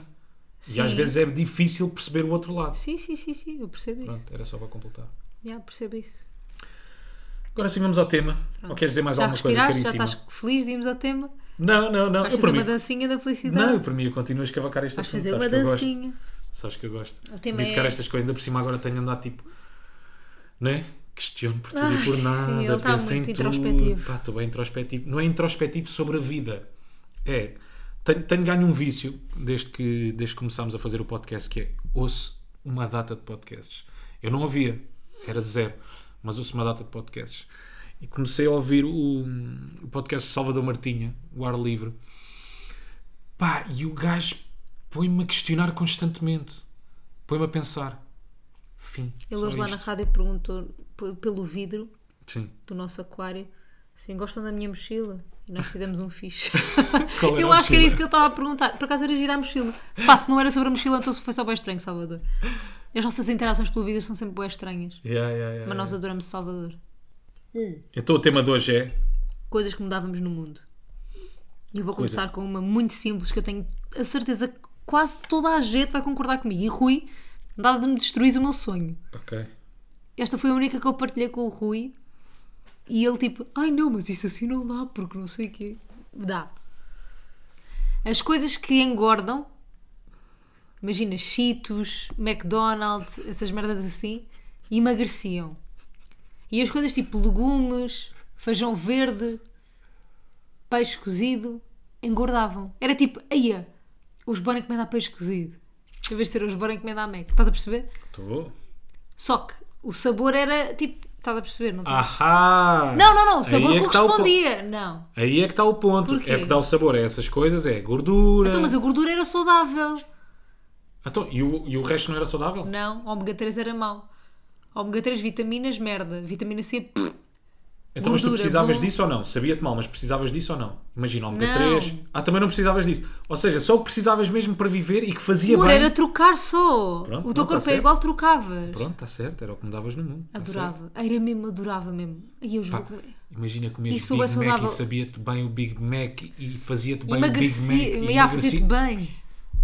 Speaker 1: E às
Speaker 2: Sim.
Speaker 1: vezes é difícil perceber o outro lado.
Speaker 2: Sim, sim, sim, sim, eu percebo isso.
Speaker 1: Pronto, era só para completar.
Speaker 2: Já, percebo isso.
Speaker 1: Agora sim vamos ao tema. Ou queres dizer mais
Speaker 2: Já
Speaker 1: alguma coisa
Speaker 2: respiraste? Já
Speaker 1: caríssima?
Speaker 2: estás feliz de irmos ao tema?
Speaker 1: Não, não, não.
Speaker 2: Vais
Speaker 1: Eu
Speaker 2: fazer
Speaker 1: para
Speaker 2: uma
Speaker 1: mim,
Speaker 2: dancinha da felicidade?
Speaker 1: não, eu para mim eu continuo a escavacar este
Speaker 2: Vais
Speaker 1: assunto.
Speaker 2: fazer
Speaker 1: sabes
Speaker 2: uma
Speaker 1: que eu gosto.
Speaker 2: dancinha.
Speaker 1: Sabes que eu gosto.
Speaker 2: O tema
Speaker 1: Dissecar
Speaker 2: é-
Speaker 1: estas coisas, ainda por cima agora tenho andado tipo. Não é? Questiono por tudo
Speaker 2: Ai,
Speaker 1: e por
Speaker 2: sim,
Speaker 1: nada,
Speaker 2: ele está
Speaker 1: penso em
Speaker 2: muito
Speaker 1: tudo.
Speaker 2: introspectivo.
Speaker 1: Pá, estou bem introspectivo. Não é introspectivo sobre a vida. É. Tenho, tenho ganho um vício desde que, desde que começámos a fazer o podcast, que é ouço uma data de podcasts. Eu não ouvia, era zero, mas ouço uma data de podcasts. E comecei a ouvir o, o podcast do Salvador Martinha, o Ar Livre. Pá, e o gajo põe-me a questionar constantemente. Põe-me a pensar. Fim.
Speaker 2: Ele
Speaker 1: só
Speaker 2: hoje lá na
Speaker 1: isto.
Speaker 2: rádio perguntou p- pelo vidro
Speaker 1: Sim.
Speaker 2: do nosso aquário assim, gostam da minha mochila? E nós fizemos um fixe.
Speaker 1: Qual era
Speaker 2: eu
Speaker 1: a
Speaker 2: acho que
Speaker 1: mochila?
Speaker 2: era isso que ele estava a perguntar. Por acaso era girar a mochila. Se pá, se não era sobre a mochila, então foi só bem estranho, Salvador. As nossas interações pelo vidro são sempre bem estranhas.
Speaker 1: Yeah, yeah, yeah,
Speaker 2: Mas
Speaker 1: yeah.
Speaker 2: nós adoramos Salvador.
Speaker 1: Então o tema de hoje é.
Speaker 2: coisas que mudávamos no mundo. E eu vou
Speaker 1: Coisas.
Speaker 2: começar com uma muito simples que eu tenho a certeza que quase toda a gente vai concordar comigo. E Rui, nada de me destruir o meu sonho.
Speaker 1: Ok.
Speaker 2: Esta foi a única que eu partilhei com o Rui e ele tipo, ai não, mas isso assim não dá porque não sei o quê. Dá. As coisas que engordam, imagina Cheetos, McDonald's, essas merdas assim, emagreciam. E as coisas tipo legumes, feijão verde, peixe cozido, engordavam. Era tipo, aia, os bora encomendar peixe cozido. Em vez de ser os bora encomendar Mac. Estás a perceber?
Speaker 1: Estou.
Speaker 2: Só que o sabor era tipo. Estás a perceber? Não, estás?
Speaker 1: Ahá!
Speaker 2: não, não, não, o sabor
Speaker 1: Ah, Aí é que tá o
Speaker 2: correspondia. Não.
Speaker 1: pon- Aí é que está o ponto.
Speaker 2: Porquê?
Speaker 1: É que dá o sabor a essas coisas, é gordura.
Speaker 2: Então, mas a gordura era saudável.
Speaker 1: Então, e, o, e o resto não era saudável?
Speaker 2: Não, ômega 3 era mau. Ômega 3, vitaminas, merda. Vitamina C,
Speaker 1: é
Speaker 2: pff,
Speaker 1: Então, mas tu
Speaker 2: Gordura,
Speaker 1: precisavas
Speaker 2: bom.
Speaker 1: disso ou não? Sabia-te mal, mas precisavas disso ou não? Imagina, ômega
Speaker 2: Não.
Speaker 1: 3. Ah, também não precisavas disso. Ou seja, só o que precisavas mesmo para viver e que fazia
Speaker 2: amor,
Speaker 1: bem.
Speaker 2: era trocar só.
Speaker 1: Pronto,
Speaker 2: o teu
Speaker 1: não, tá
Speaker 2: corpo é
Speaker 1: certo.
Speaker 2: igual, trocavas.
Speaker 1: Pronto, está certo, era o que me davas no mundo. tá certo.
Speaker 2: adorava. Era mesmo, adorava mesmo. E eu
Speaker 1: Pá,
Speaker 2: vou comer.
Speaker 1: imagina comeres
Speaker 2: Isso
Speaker 1: Big
Speaker 2: é
Speaker 1: Mac
Speaker 2: saudável.
Speaker 1: e sabia-te bem o Big Mac e fazia-te bem o
Speaker 2: Emagreci,
Speaker 1: um Big Mac.
Speaker 2: ia fazer-te bem.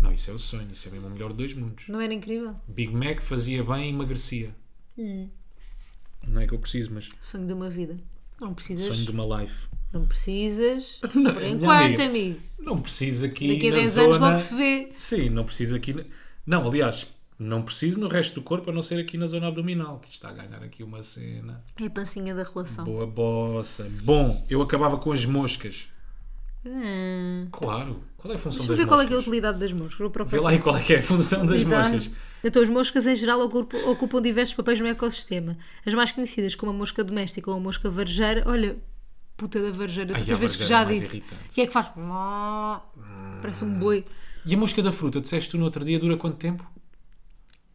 Speaker 1: Não, isso é o sonho, isso é mesmo o melhor dos mundos.
Speaker 2: Não era incrível?
Speaker 1: Big Mac fazia bem e emagrecia.
Speaker 2: Hum.
Speaker 1: Não é que eu preciso, mas
Speaker 2: Sonho de uma vida. Não precisas.
Speaker 1: sonho de uma life.
Speaker 2: Não precisas.
Speaker 1: Não,
Speaker 2: Por
Speaker 1: minha
Speaker 2: enquanto,
Speaker 1: amiga,
Speaker 2: amigo.
Speaker 1: Não precisa aqui
Speaker 2: Daqui a
Speaker 1: na
Speaker 2: 10 anos
Speaker 1: zona...
Speaker 2: logo se vê.
Speaker 1: Sim, não precisa aqui... na- Não, aliás, Não preciso no resto do corpo, a não ser aqui na zona abdominal, que está a ganhar aqui uma cena.
Speaker 2: É a pancinha da relação.
Speaker 1: Boa bossa. Bom, eu acabava com as moscas.
Speaker 2: Hum.
Speaker 1: Claro. Qual é a função
Speaker 2: Deixa-me
Speaker 1: das
Speaker 2: ver qual é, que é a
Speaker 1: moscas?
Speaker 2: utilidade das moscas. Vou procurar.
Speaker 1: Vê lá aí qual é que é a função das
Speaker 2: Utilidade.
Speaker 1: moscas.
Speaker 2: Então, as moscas em geral ocupam, ocupam diversos papéis no ecossistema. As mais conhecidas, como a mosca doméstica ou a mosca varejeira, olha, puta da varejeira,
Speaker 1: Ai,
Speaker 2: tantas
Speaker 1: a
Speaker 2: vezes que já
Speaker 1: varejeira é mais
Speaker 2: disse.
Speaker 1: irritante.
Speaker 2: Que é que faz? Parece um boi
Speaker 1: E a mosca da fruta, disseste tu no outro dia, dura quanto tempo?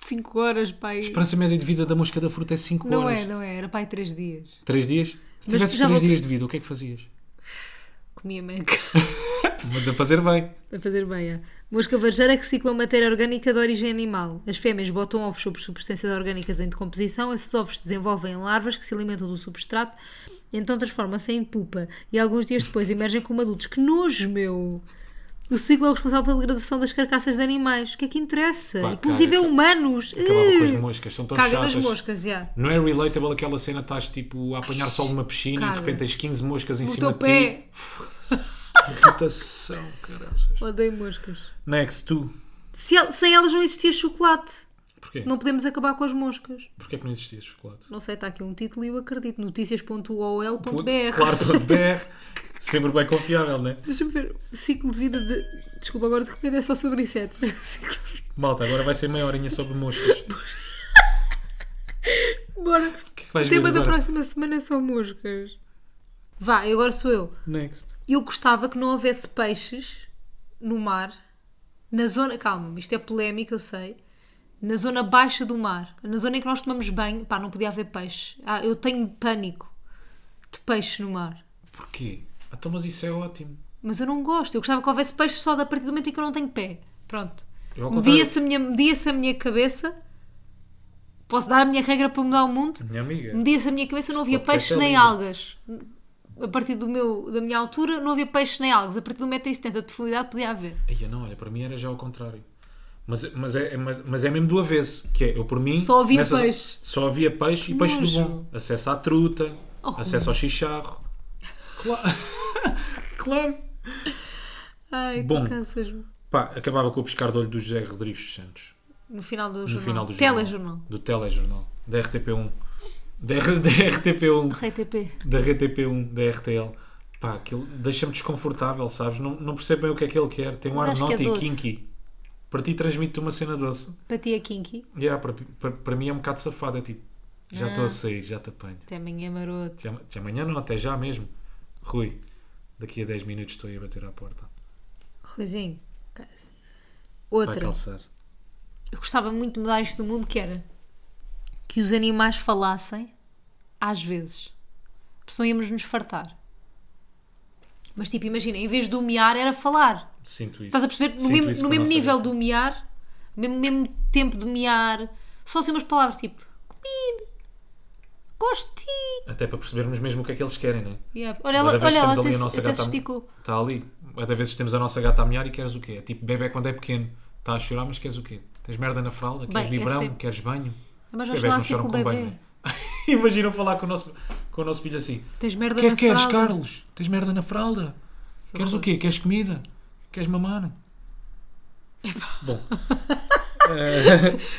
Speaker 2: de 5 horas, pai.
Speaker 1: A esperança média de vida da mosca da fruta é 5
Speaker 2: Não
Speaker 1: horas.
Speaker 2: é, não é, era pai 3 dias.
Speaker 1: 3 dias? Se
Speaker 2: Mas
Speaker 1: tivesses
Speaker 2: tu já
Speaker 1: 3
Speaker 2: volta-
Speaker 1: dias de vida, o que é que fazias?
Speaker 2: Comia meca.
Speaker 1: Mas a fazer bem.
Speaker 2: Para fazer bem, é. Mosca varejeira recicla matéria orgânica de origem animal. As fêmeas botam ovos sobre substâncias orgânicas em decomposição. Esses ovos se desenvolvem em larvas que se alimentam do substrato, então transformam-se em pupa e alguns dias depois emergem como adultos. Que nojo, meu! O ciclo é o responsável pela degradação das carcaças de animais. O que é que interessa?
Speaker 1: Pá,
Speaker 2: Inclusive
Speaker 1: cara,
Speaker 2: a humanos!
Speaker 1: Acabava com as
Speaker 2: Ugh!
Speaker 1: moscas, são tão
Speaker 2: Caga nas
Speaker 1: chatas.
Speaker 2: moscas, já.
Speaker 1: Não é relatable aquela cena, estás tipo a apanhar sol numa piscina e de
Speaker 2: Cara.
Speaker 1: repente tens 15 moscas em
Speaker 2: No
Speaker 1: cima
Speaker 2: teu
Speaker 1: de
Speaker 2: pé!
Speaker 1: ti. Irritação, caraças.
Speaker 2: Odeio moscas.
Speaker 1: Next, tu.
Speaker 2: Se el- sem elas não existia chocolate.
Speaker 1: Porquê?
Speaker 2: Não podemos acabar com as moscas.
Speaker 1: Porquê é que não existia chocolate?
Speaker 2: Não sei, está aqui um título e eu acredito. Notícias.ol.br
Speaker 1: Claro, ponto BR. Sempre bem confiável, né?
Speaker 2: Deixa-me ver. O ciclo de vida de. Desculpa, agora de repente é só sobre insetos. Ciclo-
Speaker 1: Malta, agora vai ser meia horinha sobre moscas. O
Speaker 2: Bora.
Speaker 1: que é que
Speaker 2: O
Speaker 1: vais
Speaker 2: tema
Speaker 1: ver
Speaker 2: da
Speaker 1: agora?
Speaker 2: próxima semana são moscas. Vá, e agora sou eu.
Speaker 1: Next.
Speaker 2: Eu gostava que não houvesse peixes no mar, na zona. Calma, isto é polémico, eu sei. Na zona baixa do mar, na zona em que nós tomamos banho, pá, não podia haver peixe. Ah, eu tenho pânico de peixe no mar.
Speaker 1: Porquê? Então, mas isso é ótimo.
Speaker 2: Mas eu não gosto. Eu gostava que houvesse peixe só a partir do momento em que eu não tenho pé. Pronto.
Speaker 1: Eu, ao
Speaker 2: Media-se a, minha- media-se a minha cabeça. Posso dar a minha regra para mudar o mundo?
Speaker 1: Minha amiga.
Speaker 2: Media-se a minha cabeça, não havia
Speaker 1: Este podcast
Speaker 2: peixe
Speaker 1: é
Speaker 2: nem
Speaker 1: livre.
Speaker 2: algas. A partir do meu, da minha altura, não havia peixe nem algas. A partir do 1,70m de profundidade, podia haver.
Speaker 1: Ai, não, olha, para mim era já ao contrário. Mas, mas, é, é- mas, mas é mesmo do avesso, que é, eu por mim...
Speaker 2: Só havia peixe.
Speaker 1: Só havia peixe e peixe do
Speaker 2: nojo.
Speaker 1: bom. Acesso à truta,
Speaker 2: Oh,
Speaker 1: acesso ao chicharro. Claro. claro.
Speaker 2: Ai,
Speaker 1: Bom.
Speaker 2: tu cansas-me.
Speaker 1: Pá, acabava com o pescar de olho do José Rodrigues dos Santos.
Speaker 2: No final do
Speaker 1: No
Speaker 2: jornal.
Speaker 1: final do jornal.
Speaker 2: Telejornal.
Speaker 1: Do telejornal. Da RTP1. Da, R- um. da RTP1.
Speaker 2: RTP.
Speaker 1: Da RTP1, da RTL. Pá, aquilo deixa-me desconfortável, sabes? Não, não percebo bem o que é que ele quer. Tem um
Speaker 2: Mas
Speaker 1: ar
Speaker 2: acho que é
Speaker 1: naughty e
Speaker 2: doce.
Speaker 1: kinky. Para ti transmite-te uma cena doce.
Speaker 2: Para ti é kinky.
Speaker 1: Yeah, para, para, para mim é um bocado safado, é tipo, já
Speaker 2: É.
Speaker 1: estou a sair, já te apanho.
Speaker 2: Até amanhã, maroto.
Speaker 1: Até, até amanhã não, até já mesmo. Rui, daqui a 10 minutos estou aí a bater à porta.
Speaker 2: Ruizinho. Caso.
Speaker 1: Vai
Speaker 2: Outra.
Speaker 1: calçar.
Speaker 2: Eu gostava muito de mudar isto no mundo, que era que os animais falassem às vezes. Porque senão íamos nos fartar. Mas tipo, imagina, em vez de umear era falar.
Speaker 1: Sinto isso.
Speaker 2: Estás a perceber? No
Speaker 1: Sinto
Speaker 2: mesmo,
Speaker 1: isso
Speaker 2: no
Speaker 1: com a
Speaker 2: mesmo
Speaker 1: nossa
Speaker 2: nível de
Speaker 1: dieta.
Speaker 2: umear, no mesmo, mesmo tempo de umear, só assim umas palavras tipo comida, gosto de ti.
Speaker 1: Até para percebermos mesmo o que é que eles querem, né?
Speaker 2: Yeah. Olha
Speaker 1: Bué
Speaker 2: ela,
Speaker 1: da vezes
Speaker 2: olha ela
Speaker 1: temos
Speaker 2: até,
Speaker 1: ali a
Speaker 2: se-
Speaker 1: nossa
Speaker 2: até se
Speaker 1: gata a-
Speaker 2: esticou.
Speaker 1: Está ali. É, Às vezes temos a nossa gata a mear e queres o quê? É tipo bebê quando é pequeno. Está a chorar, mas queres o quê? Tens merda na fralda? Queres
Speaker 2: Bem, é
Speaker 1: biberão?
Speaker 2: sempre-
Speaker 1: Queres banho? Os
Speaker 2: Mas vais
Speaker 1: bebés
Speaker 2: falar
Speaker 1: não
Speaker 2: assim
Speaker 1: choram
Speaker 2: com
Speaker 1: com
Speaker 2: o bebê.
Speaker 1: banho, né? Imagina falar com o nosso, com o nosso filho assim.
Speaker 2: Tens merda
Speaker 1: O que é
Speaker 2: na
Speaker 1: que queres,
Speaker 2: fralda.
Speaker 1: Carlos? Tens merda na fralda? Queres o quê? Queres comida? Queres mamar? Bom,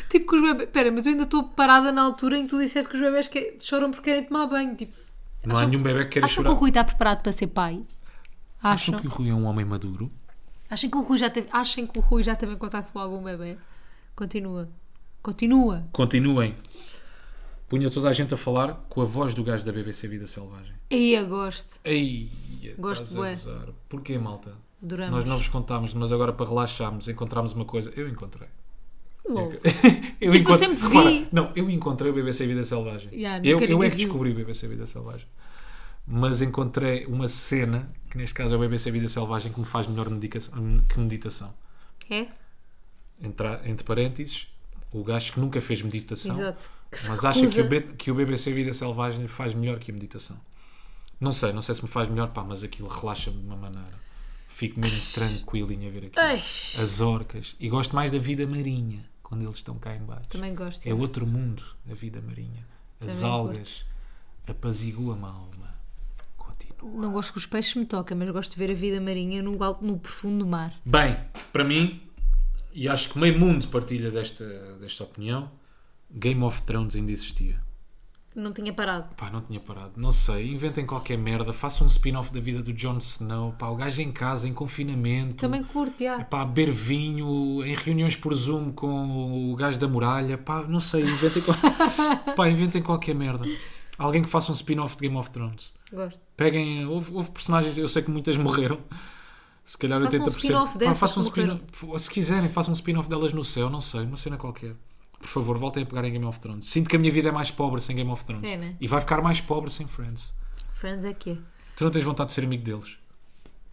Speaker 2: Tipo que os bebés. Pera, mas eu ainda estou parada na altura em que tu disseste que os bebés que- choram porque querem tomar banho. Tipo,
Speaker 1: não há nenhum bebê que queira
Speaker 2: acham que o
Speaker 1: chorar.
Speaker 2: Rui está preparado para ser pai? Acham?
Speaker 1: Acham que o Rui é um homem maduro?
Speaker 2: Acham que o Rui já teve, acham que o Rui já teve em contacto com algum bebê? Continua. Continua.
Speaker 1: Continuem. Punha toda a gente a falar com a voz do gajo da BBC Vida Selvagem.
Speaker 2: Aí eu gosto.
Speaker 1: Ei,
Speaker 2: Gosto
Speaker 1: estás
Speaker 2: bué.
Speaker 1: a gozar. Porquê, malta?
Speaker 2: Duramos.
Speaker 1: Nós não vos contámos, mas agora para relaxarmos, encontramos uma coisa. Eu encontrei. eu
Speaker 2: Lol. Tipo, eu
Speaker 1: encont-
Speaker 2: sempre vi.
Speaker 1: Repara, não, eu encontrei o BBC Vida Selvagem.
Speaker 2: Yeah,
Speaker 1: eu
Speaker 2: nunca
Speaker 1: eu é
Speaker 2: ninguém
Speaker 1: que
Speaker 2: viu.
Speaker 1: descobri o BBC Vida Selvagem. Mas encontrei uma cena, que neste caso é o BBC Vida Selvagem, que me faz melhor medica- que meditação.
Speaker 2: É?
Speaker 1: Entre, entre parênteses, o gajo que nunca fez meditação,
Speaker 2: Exato. Que se
Speaker 1: mas acha que
Speaker 2: recusa.
Speaker 1: o, B- que o BBC Vida Selvagem lhe faz melhor que a meditação. Não sei, não sei se me faz melhor, pá, mas aquilo relaxa-me de uma maneira. Fico mesmo tranquilinho a ver aquilo.
Speaker 2: Ai,
Speaker 1: As orcas. E gosto mais da vida marinha, quando eles estão cá em baixo.
Speaker 2: Também gosto.
Speaker 1: É outro mundo a vida marinha. As
Speaker 2: Também
Speaker 1: algas apaziguam a alma. Continua.
Speaker 2: Não gosto que os peixes me toquem, mas gosto de ver a vida marinha no, alto, no profundo do mar.
Speaker 1: Bem, para mim, e acho que meio mundo partilha desta, desta opinião, Game of Thrones ainda existia.
Speaker 2: Não tinha parado.
Speaker 1: Pá, não tinha parado. Não sei, inventem qualquer merda, façam um spin-off da vida do Jon Snow, pá, o gajo em casa, em confinamento. É
Speaker 2: Também curto, já.
Speaker 1: Pá, beber vinho, em reuniões por Zoom com o gajo da muralha, pá, não sei, inventem, qual... pá, inventem qualquer merda. Alguém que faça um spin-off de Game of Thrones.
Speaker 2: Gosto.
Speaker 1: Peguem, houve, houve personagens, eu sei que muitas morreram. Se calhar
Speaker 2: Façam um
Speaker 1: 80%.
Speaker 2: spin-off
Speaker 1: Pá,
Speaker 2: dessas
Speaker 1: façam um
Speaker 2: que morreram.
Speaker 1: spin-off- se quiserem, façam um spin-off delas no céu, não sei, uma cena qualquer. Por favor, voltem a pegar em Game of Thrones. Sinto que a minha vida é mais pobre sem Game of Thrones.
Speaker 2: É, né?
Speaker 1: E vai ficar mais pobre sem Friends.
Speaker 2: Friends é que é.
Speaker 1: Tu não tens vontade de ser amigo deles.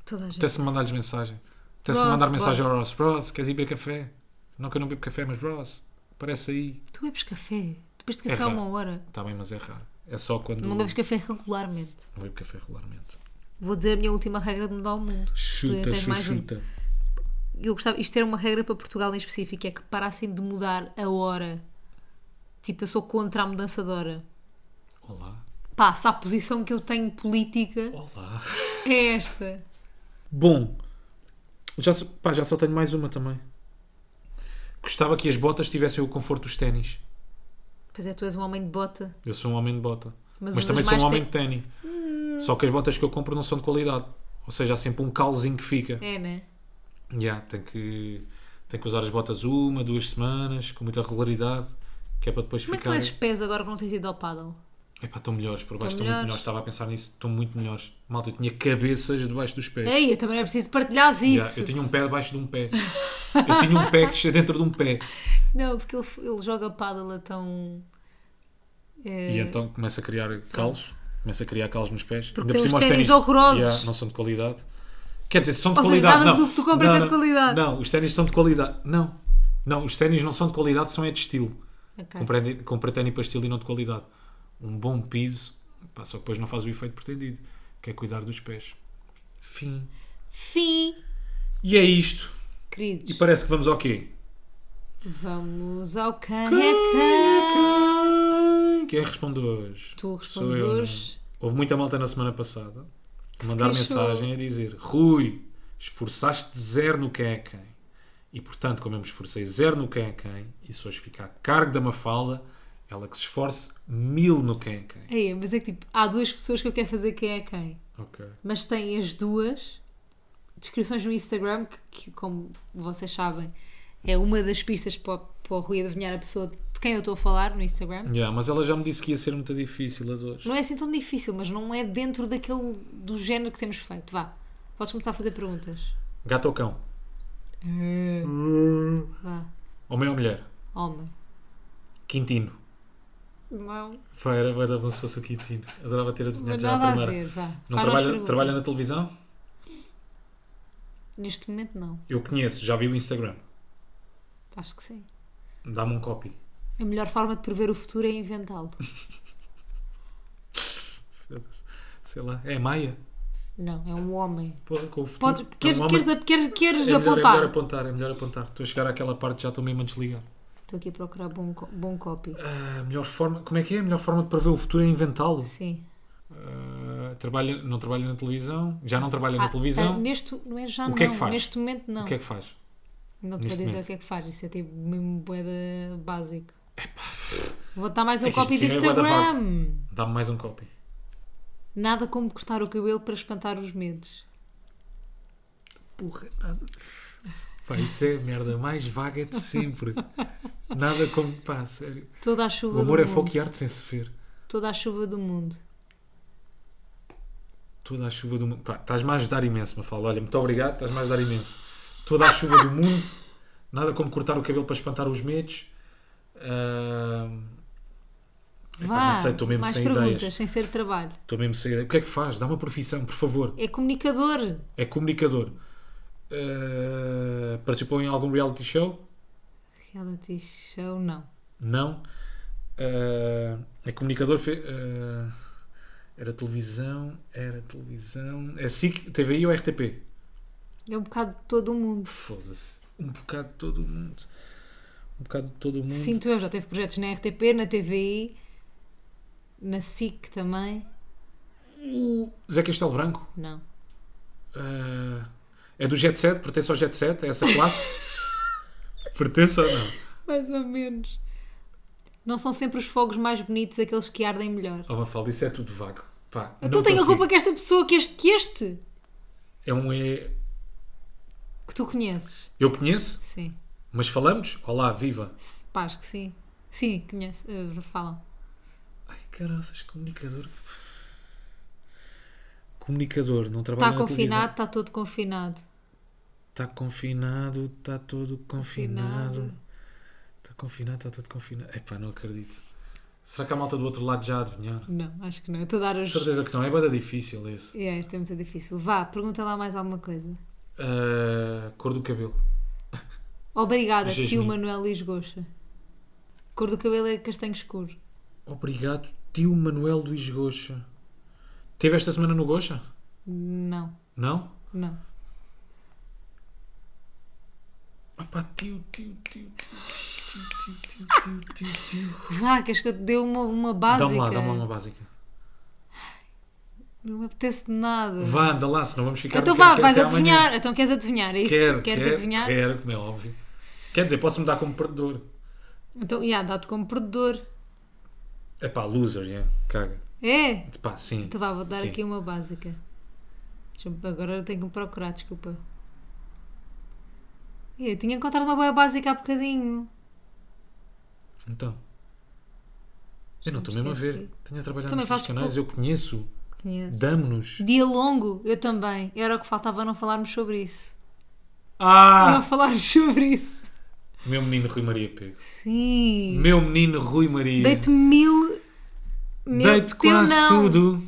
Speaker 2: Toda a gente.
Speaker 1: Apetece-me mandar-lhes mensagem. Apetece-me
Speaker 2: Ross,
Speaker 1: mandar mensagem ao Ross. Ross, queres ir beber café? Não que eu não bebo café, mas Ross, parece aí.
Speaker 2: Tu bebes café? Tu bebes café
Speaker 1: É
Speaker 2: a
Speaker 1: raro.
Speaker 2: uma hora.
Speaker 1: Está bem, mas é raro. É só quando.
Speaker 2: Não bebes café regularmente.
Speaker 1: Não bebo café regularmente.
Speaker 2: Vou dizer a minha última regra de mudar o mundo. tu ainda
Speaker 1: Chuta,
Speaker 2: tens
Speaker 1: chuta,
Speaker 2: mais um.
Speaker 1: chuta.
Speaker 2: Eu gostava, isto era uma regra para Portugal em específico, é que parassem de mudar a hora. Tipo, eu sou contra a mudança de hora.
Speaker 1: Olá.
Speaker 2: Pá, se a posição que eu tenho política
Speaker 1: Olá.
Speaker 2: é esta.
Speaker 1: Bom, já, só- pá, já só tenho mais uma também. Gostava que as botas tivessem o conforto dos ténis.
Speaker 2: Pois é, tu és um homem de bota.
Speaker 1: Eu sou um homem de bota.
Speaker 2: Mas
Speaker 1: Mas,
Speaker 2: usas
Speaker 1: também sou um
Speaker 2: mais Hum.
Speaker 1: homem de ténis. Só que as botas que eu compro não são de qualidade. Ou seja, há sempre um calzinho que fica.
Speaker 2: É, né?
Speaker 1: Yeah, tem que tem que usar as botas uma, duas semanas, com muita regularidade, que é para depois
Speaker 2: Como é que tu
Speaker 1: ficar.
Speaker 2: és pés agora que não tens ido ao paddle?
Speaker 1: Epá, estão melhores, por baixo estão
Speaker 2: Estão melhores.
Speaker 1: muito melhores. Estava a pensar nisso, estão muito melhores. Malta, eu tinha cabeças debaixo dos pés.
Speaker 2: Ei, eu também não é preciso partilhares
Speaker 1: Yeah,
Speaker 2: isso.
Speaker 1: eu tinha um pé debaixo de um pé. Eu tinha um pé que tinha dentro de um pé.
Speaker 2: Não, porque ele, ele joga paddle a tão.
Speaker 1: E então começa a criar calos, começa a criar calos nos pés.
Speaker 2: É. Porque tem uns ténis horrorosos.
Speaker 1: Yeah, não são de qualidade. Quer dizer, são de
Speaker 2: Ou seja,
Speaker 1: qualidade.
Speaker 2: nada
Speaker 1: não.
Speaker 2: do que tu compras
Speaker 1: Não,
Speaker 2: é de
Speaker 1: não.
Speaker 2: qualidade.
Speaker 1: Não, os ténis são de qualidade. Não, não, os ténis não são de qualidade, são é de estilo.
Speaker 2: Ok.
Speaker 1: Comprei, comprei ténis para estilo e não de qualidade. Um bom piso, pá, só que depois não faz o efeito pretendido, que é cuidar dos pés. Fim.
Speaker 2: Fim,
Speaker 1: E é isto.
Speaker 2: queridos.
Speaker 1: E parece que vamos ao quê?
Speaker 2: Vamos ao Canecão.
Speaker 1: Quem é responde hoje?
Speaker 2: Tu
Speaker 1: Sou
Speaker 2: respondes
Speaker 1: eu, não é?
Speaker 2: hoje.
Speaker 1: Houve muita malta na semana passada que
Speaker 2: se
Speaker 1: mandar
Speaker 2: queixou.
Speaker 1: mensagem a dizer Rui, esforçaste zero no quem é quem. E portanto, como eu me esforcei zero no quem é quem, e se hoje fica a cargo da Mafalda, ela que se esforce mil no quem é quem.
Speaker 2: Ei, mas é que tipo, há duas pessoas que eu quero fazer quem é quem.
Speaker 1: Ok.
Speaker 2: Mas tem as duas descrições no Instagram, que, que, como vocês sabem, é uma das pistas para, o- para o Rui adivinhar a pessoa de quem eu estou a falar no Instagram.
Speaker 1: Yeah, mas ela já me disse que ia ser muito difícil a dois.
Speaker 2: Não é assim tão difícil, mas não é dentro daquele do género que temos feito. Vá, podes começar a fazer perguntas.
Speaker 1: Gato ou cão? Hum.
Speaker 2: Vá,
Speaker 1: Homem ou mulher?
Speaker 2: homem.
Speaker 1: Quintino.
Speaker 2: Não,
Speaker 1: Foi, era bué da bom se fosse o Quintino. Adorava ter adivinhado
Speaker 2: mas
Speaker 1: já a
Speaker 2: nada a
Speaker 1: primeira.
Speaker 2: ver, vá.
Speaker 1: Não
Speaker 2: Faz mais
Speaker 1: trabalha,
Speaker 2: perguntas.
Speaker 1: trabalha na televisão?
Speaker 2: Neste momento não,
Speaker 1: Eu conheço, já vi o Instagram.
Speaker 2: acho que sim.
Speaker 1: Dá-me um copy.
Speaker 2: A melhor forma de prever o futuro é inventá-lo.
Speaker 1: Foda-se. Sei lá, é Maia?
Speaker 2: Não, é um homem.
Speaker 1: Porra, com o futuro.
Speaker 2: Podes,
Speaker 1: É um
Speaker 2: queres,
Speaker 1: homem.
Speaker 2: queres, a- queres,
Speaker 1: É
Speaker 2: queres
Speaker 1: melhor, É melhor
Speaker 2: apontar?
Speaker 1: apontar, é melhor apontar. Estou a chegar àquela parte, já estou mesmo a desligar.
Speaker 2: Estou aqui a procurar bom, co- bom copy.
Speaker 1: Ah, a melhor forma, como é que é? A melhor forma de prever o futuro é inventá-lo.
Speaker 2: Sim.
Speaker 1: Ah, trabalha, não trabalha na televisão? Já não trabalha na
Speaker 2: Ah,
Speaker 1: televisão?
Speaker 2: ah, neste, não é já
Speaker 1: O
Speaker 2: não.
Speaker 1: que é que faz?
Speaker 2: Neste momento não.
Speaker 1: O que é que faz?
Speaker 2: Não te vou
Speaker 1: neste
Speaker 2: dizer
Speaker 1: momento?
Speaker 2: o que é que faz. Isso é tipo mesmo boeda básico. Vou dar mais um
Speaker 1: É que isto
Speaker 2: copy de
Speaker 1: sim é bué da vago.
Speaker 2: Instagram.
Speaker 1: Dá-me mais um copy.
Speaker 2: Nada como cortar o cabelo para espantar os medos.
Speaker 1: Porra, nada. Pá, isso é a merda mais vaga de sempre. nada como. Pá, sério.
Speaker 2: Toda a chuva
Speaker 1: O amor
Speaker 2: do
Speaker 1: é
Speaker 2: mundo.
Speaker 1: fogo e arte sem se ver.
Speaker 2: Toda a chuva do mundo.
Speaker 1: Toda a chuva do mundo. Pá, estás-me a ajudar imenso, Mafalda. Olha, muito obrigado, estás-me a ajudar imenso. Toda a chuva do mundo. Nada como cortar o cabelo para espantar os medos. Ah, Ahm,
Speaker 2: Vá,
Speaker 1: não sei, estou mesmo
Speaker 2: mais
Speaker 1: sem
Speaker 2: perguntas,
Speaker 1: ideias.
Speaker 2: sem ser trabalho.
Speaker 1: Estou mesmo sem ideia. O que é que faz? Dá uma profissão, por favor.
Speaker 2: É comunicador.
Speaker 1: É comunicador. Ah, participou em algum reality show?
Speaker 2: Reality show, não.
Speaker 1: Não. Ah, é comunicador. fe- ah, era televisão. Era televisão. É SIC, TVI ou RTP?
Speaker 2: É um bocado de todo o mundo.
Speaker 1: Foda-se. Um bocado de todo o mundo. Um bocado de todo o mundo.
Speaker 2: Sinto eu, já teve projetos na RTP, na TVI, na SIC também.
Speaker 1: O Zé Castelo Branco eh,
Speaker 2: Não.
Speaker 1: ah, é do Jet Set, pertence ao Jet Set, é essa classe. Pertence ou não?
Speaker 2: Mais ou menos. Não são sempre os fogos mais bonitos aqueles que ardem melhor.
Speaker 1: Oh, Mafalda, isso é tudo vago. Pá,
Speaker 2: Eu
Speaker 1: não
Speaker 2: tenho a
Speaker 1: consigo.
Speaker 2: culpa que esta pessoa, que este, que este,
Speaker 1: É um E.
Speaker 2: que tu conheces.
Speaker 1: Eu conheço,
Speaker 2: Sim.
Speaker 1: mas falamos? Olá, viva.
Speaker 2: Pá, acho que sim. Sim, conhece. eh, falam.
Speaker 1: Ai, caraças, comunicador. Comunicador, não trabalha
Speaker 2: Está
Speaker 1: na televisão.
Speaker 2: Tá confinado, está todo confinado.
Speaker 1: Está confinado, está todo confinado.
Speaker 2: Confinado.
Speaker 1: Está confinado, está todo confinado. Epá, não acredito. Será que a malta do outro lado já adivinhar?
Speaker 2: Não, acho que não. Eu estou a dar
Speaker 1: De
Speaker 2: os.
Speaker 1: certeza que não, é bada difícil esse.
Speaker 2: É, isto é muito difícil. Vá, pergunta lá mais alguma coisa.
Speaker 1: Ah, cor do cabelo.
Speaker 2: Obrigada, tio
Speaker 1: Jasmine.
Speaker 2: Manuel Lisgocha. Cor do cabelo é castanho escuro.
Speaker 1: Obrigado, tio Manuel Luís Goxa. Teve esta semana no Goxa?
Speaker 2: Não,
Speaker 1: Não?
Speaker 2: não.
Speaker 1: Ah pá, tio, tio, tio, tio, tio, tio, tio, tio, tio, tio.
Speaker 2: Vá, queres que eu te dê uma, uma básica?
Speaker 1: Dá-me lá, dá-me lá uma básica.
Speaker 2: Não me apetece nada.
Speaker 1: Vá, anda lá, senão vamos ficar
Speaker 2: Então
Speaker 1: aqui
Speaker 2: vá,
Speaker 1: até
Speaker 2: vais
Speaker 1: amanhã.
Speaker 2: adivinhar. Então queres adivinhar? É isso? que tu
Speaker 1: Quero,
Speaker 2: queres
Speaker 1: quero,
Speaker 2: adivinhar?
Speaker 1: Quero, como é óbvio. Quer dizer, posso mudar como perdedor.
Speaker 2: Então, yeah, dá-te como perdedor.
Speaker 1: É pá, loser, yeah. caga.
Speaker 2: É?
Speaker 1: Pá, sim.
Speaker 2: Então vá, vou dar
Speaker 1: Sim.
Speaker 2: aqui uma básica. Deixa-me- Agora eu tenho que me procurar, desculpa. Eu tinha encontrado uma boa básica há bocadinho.
Speaker 1: Então. Eu não
Speaker 2: me
Speaker 1: estou mesmo a ver.
Speaker 2: esqueci.
Speaker 1: Tenho a trabalhar
Speaker 2: Também
Speaker 1: nos
Speaker 2: faço
Speaker 1: profissionais, eu conheço.
Speaker 2: Conheço.
Speaker 1: Damo-nos.
Speaker 2: Dia longo, eu também. Era o que faltava não falarmos sobre isso. Não
Speaker 1: Ah!
Speaker 2: falarmos sobre isso.
Speaker 1: Meu menino Rui Maria Pego.
Speaker 2: Sim.
Speaker 1: Meu menino Rui Maria.
Speaker 2: Deito mil. Meu,
Speaker 1: Deito
Speaker 2: teu
Speaker 1: quase
Speaker 2: não.
Speaker 1: tudo.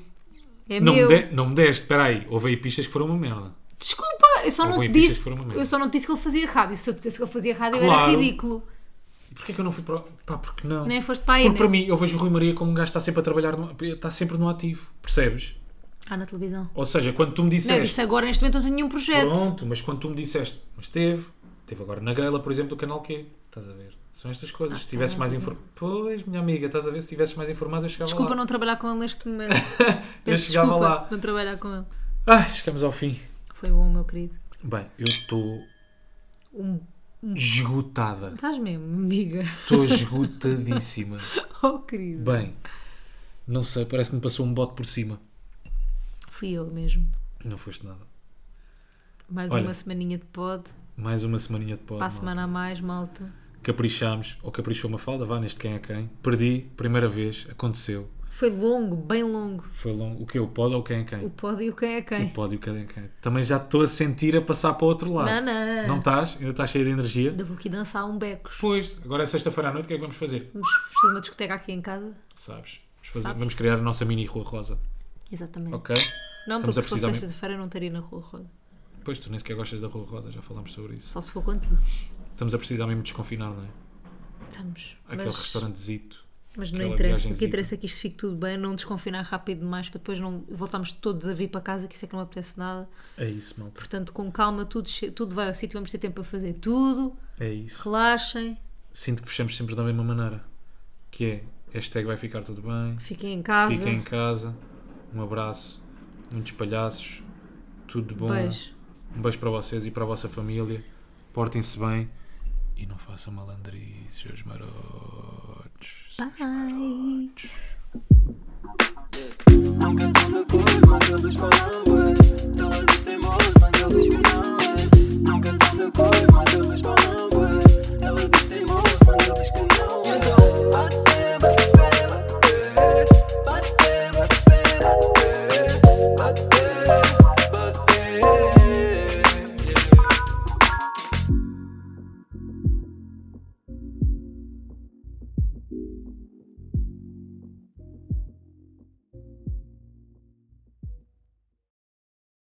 Speaker 2: É
Speaker 1: Não me,
Speaker 2: meu.
Speaker 1: de, não me deste, espera aí. Houve aí pistas que foram uma merda.
Speaker 2: Desculpa, eu só
Speaker 1: Não
Speaker 2: não
Speaker 1: vou
Speaker 2: te
Speaker 1: em pistas
Speaker 2: disse.
Speaker 1: por uma merda.
Speaker 2: Eu só não te disse que ele fazia rádio. Se eu te dissesse que ele fazia rádio,
Speaker 1: Claro.
Speaker 2: era ridículo.
Speaker 1: E porquê que eu não fui para. o- Pá, porque não?
Speaker 2: Nem foste para aí,
Speaker 1: porque
Speaker 2: né?
Speaker 1: para mim, eu vejo o Rui Maria como um gajo que está sempre a trabalhar, no- está sempre no ativo, percebes?
Speaker 2: Ah, na televisão.
Speaker 1: Ou seja, quando tu me
Speaker 2: Não, é eu
Speaker 1: disseste,
Speaker 2: disse agora neste momento não tenho nenhum projeto.
Speaker 1: Pronto, mas quando tu me disseste, mas teve, teve agora na gala, por exemplo, do canal Q, estás a ver? São estas
Speaker 2: Ah,
Speaker 1: coisas. se
Speaker 2: tá,
Speaker 1: tivesse mais informado, pois, minha amiga, estás a ver? Se tivesse mais informado, eu chegava
Speaker 2: é. Desculpa
Speaker 1: lá.
Speaker 2: não trabalhar com ele neste momento.
Speaker 1: eu
Speaker 2: Peço
Speaker 1: chegava
Speaker 2: desculpa
Speaker 1: lá.
Speaker 2: não trabalhar com ele.
Speaker 1: Ah, chegamos ao fim.
Speaker 2: Foi bom, meu querido.
Speaker 1: Bem, eu estou
Speaker 2: Um...
Speaker 1: esgotada.
Speaker 2: Estás mesmo, amiga.
Speaker 1: Estou esgotadíssima.
Speaker 2: Oh, querido.
Speaker 1: Bem, não sei, parece que me passou um bote por cima.
Speaker 2: Fui eu mesmo.
Speaker 1: Não foste nada.
Speaker 2: Mais
Speaker 1: Olha.
Speaker 2: uma semaninha de pod.
Speaker 1: Mais uma semaninha de pó.
Speaker 2: Para a semana a mais, malta.
Speaker 1: Caprichámos, ou caprichou uma falda, vá neste quem é quem. Perdi, primeira vez, aconteceu.
Speaker 2: Foi longo, bem longo.
Speaker 1: Foi longo. O que? O pod ou quem é quem?
Speaker 2: O pod e o quem é
Speaker 1: O
Speaker 2: quem.
Speaker 1: pódio cada em cada. Também já estou a sentir a passar para o outro lado.
Speaker 2: Não, não.
Speaker 1: Não estás? Ainda estás cheia de energia?
Speaker 2: Ainda vou aqui dançar um becos.
Speaker 1: Pois, agora é sexta-feira à noite, o que é que vamos fazer?
Speaker 2: Vamos fazer uma discoteca aqui em casa.
Speaker 1: Sabes? Vamos, fazer-
Speaker 2: Sabes?
Speaker 1: vamos criar a nossa mini Rua Rosa.
Speaker 2: Exatamente.
Speaker 1: Ok?
Speaker 2: Não,
Speaker 1: Estamos
Speaker 2: porque
Speaker 1: a
Speaker 2: se fosse
Speaker 1: precisar mesmo.
Speaker 2: sexta-feira eu não estaria na rua roda.
Speaker 1: Pois, tu nem sequer gostas da Rua Rosa, já falámos sobre isso.
Speaker 2: Só se for contigo.
Speaker 1: Estamos a precisar mesmo de desconfinar, não é?
Speaker 2: Estamos.
Speaker 1: Aquele restaurantezito.
Speaker 2: mas não
Speaker 1: aquela
Speaker 2: interessa. O que
Speaker 1: viagenzita.
Speaker 2: interessa é que isto fique tudo bem, não desconfinar rápido demais para depois não voltarmos todos a vir para casa, que isso é que não me apetece nada.
Speaker 1: É isso, malta.
Speaker 2: Portanto, com calma, tudo, che- tudo vai ao sítio, vamos ter tempo para fazer tudo.
Speaker 1: É isso.
Speaker 2: Relaxem,
Speaker 1: Sinto que fechamos sempre da mesma maneira. Que é, hashtag vai ficar tudo bem.
Speaker 2: fiquem em casa.
Speaker 1: Fiquem em casa. Um abraço. Muitos palhaços. Tudo de bom.
Speaker 2: Beijo.
Speaker 1: Um beijo para vocês e para a vossa família. Portem-se bem e não façam malandrices, seus marotos.
Speaker 2: Bye.
Speaker 3: Nunca dando cor, mas eles falam, ué.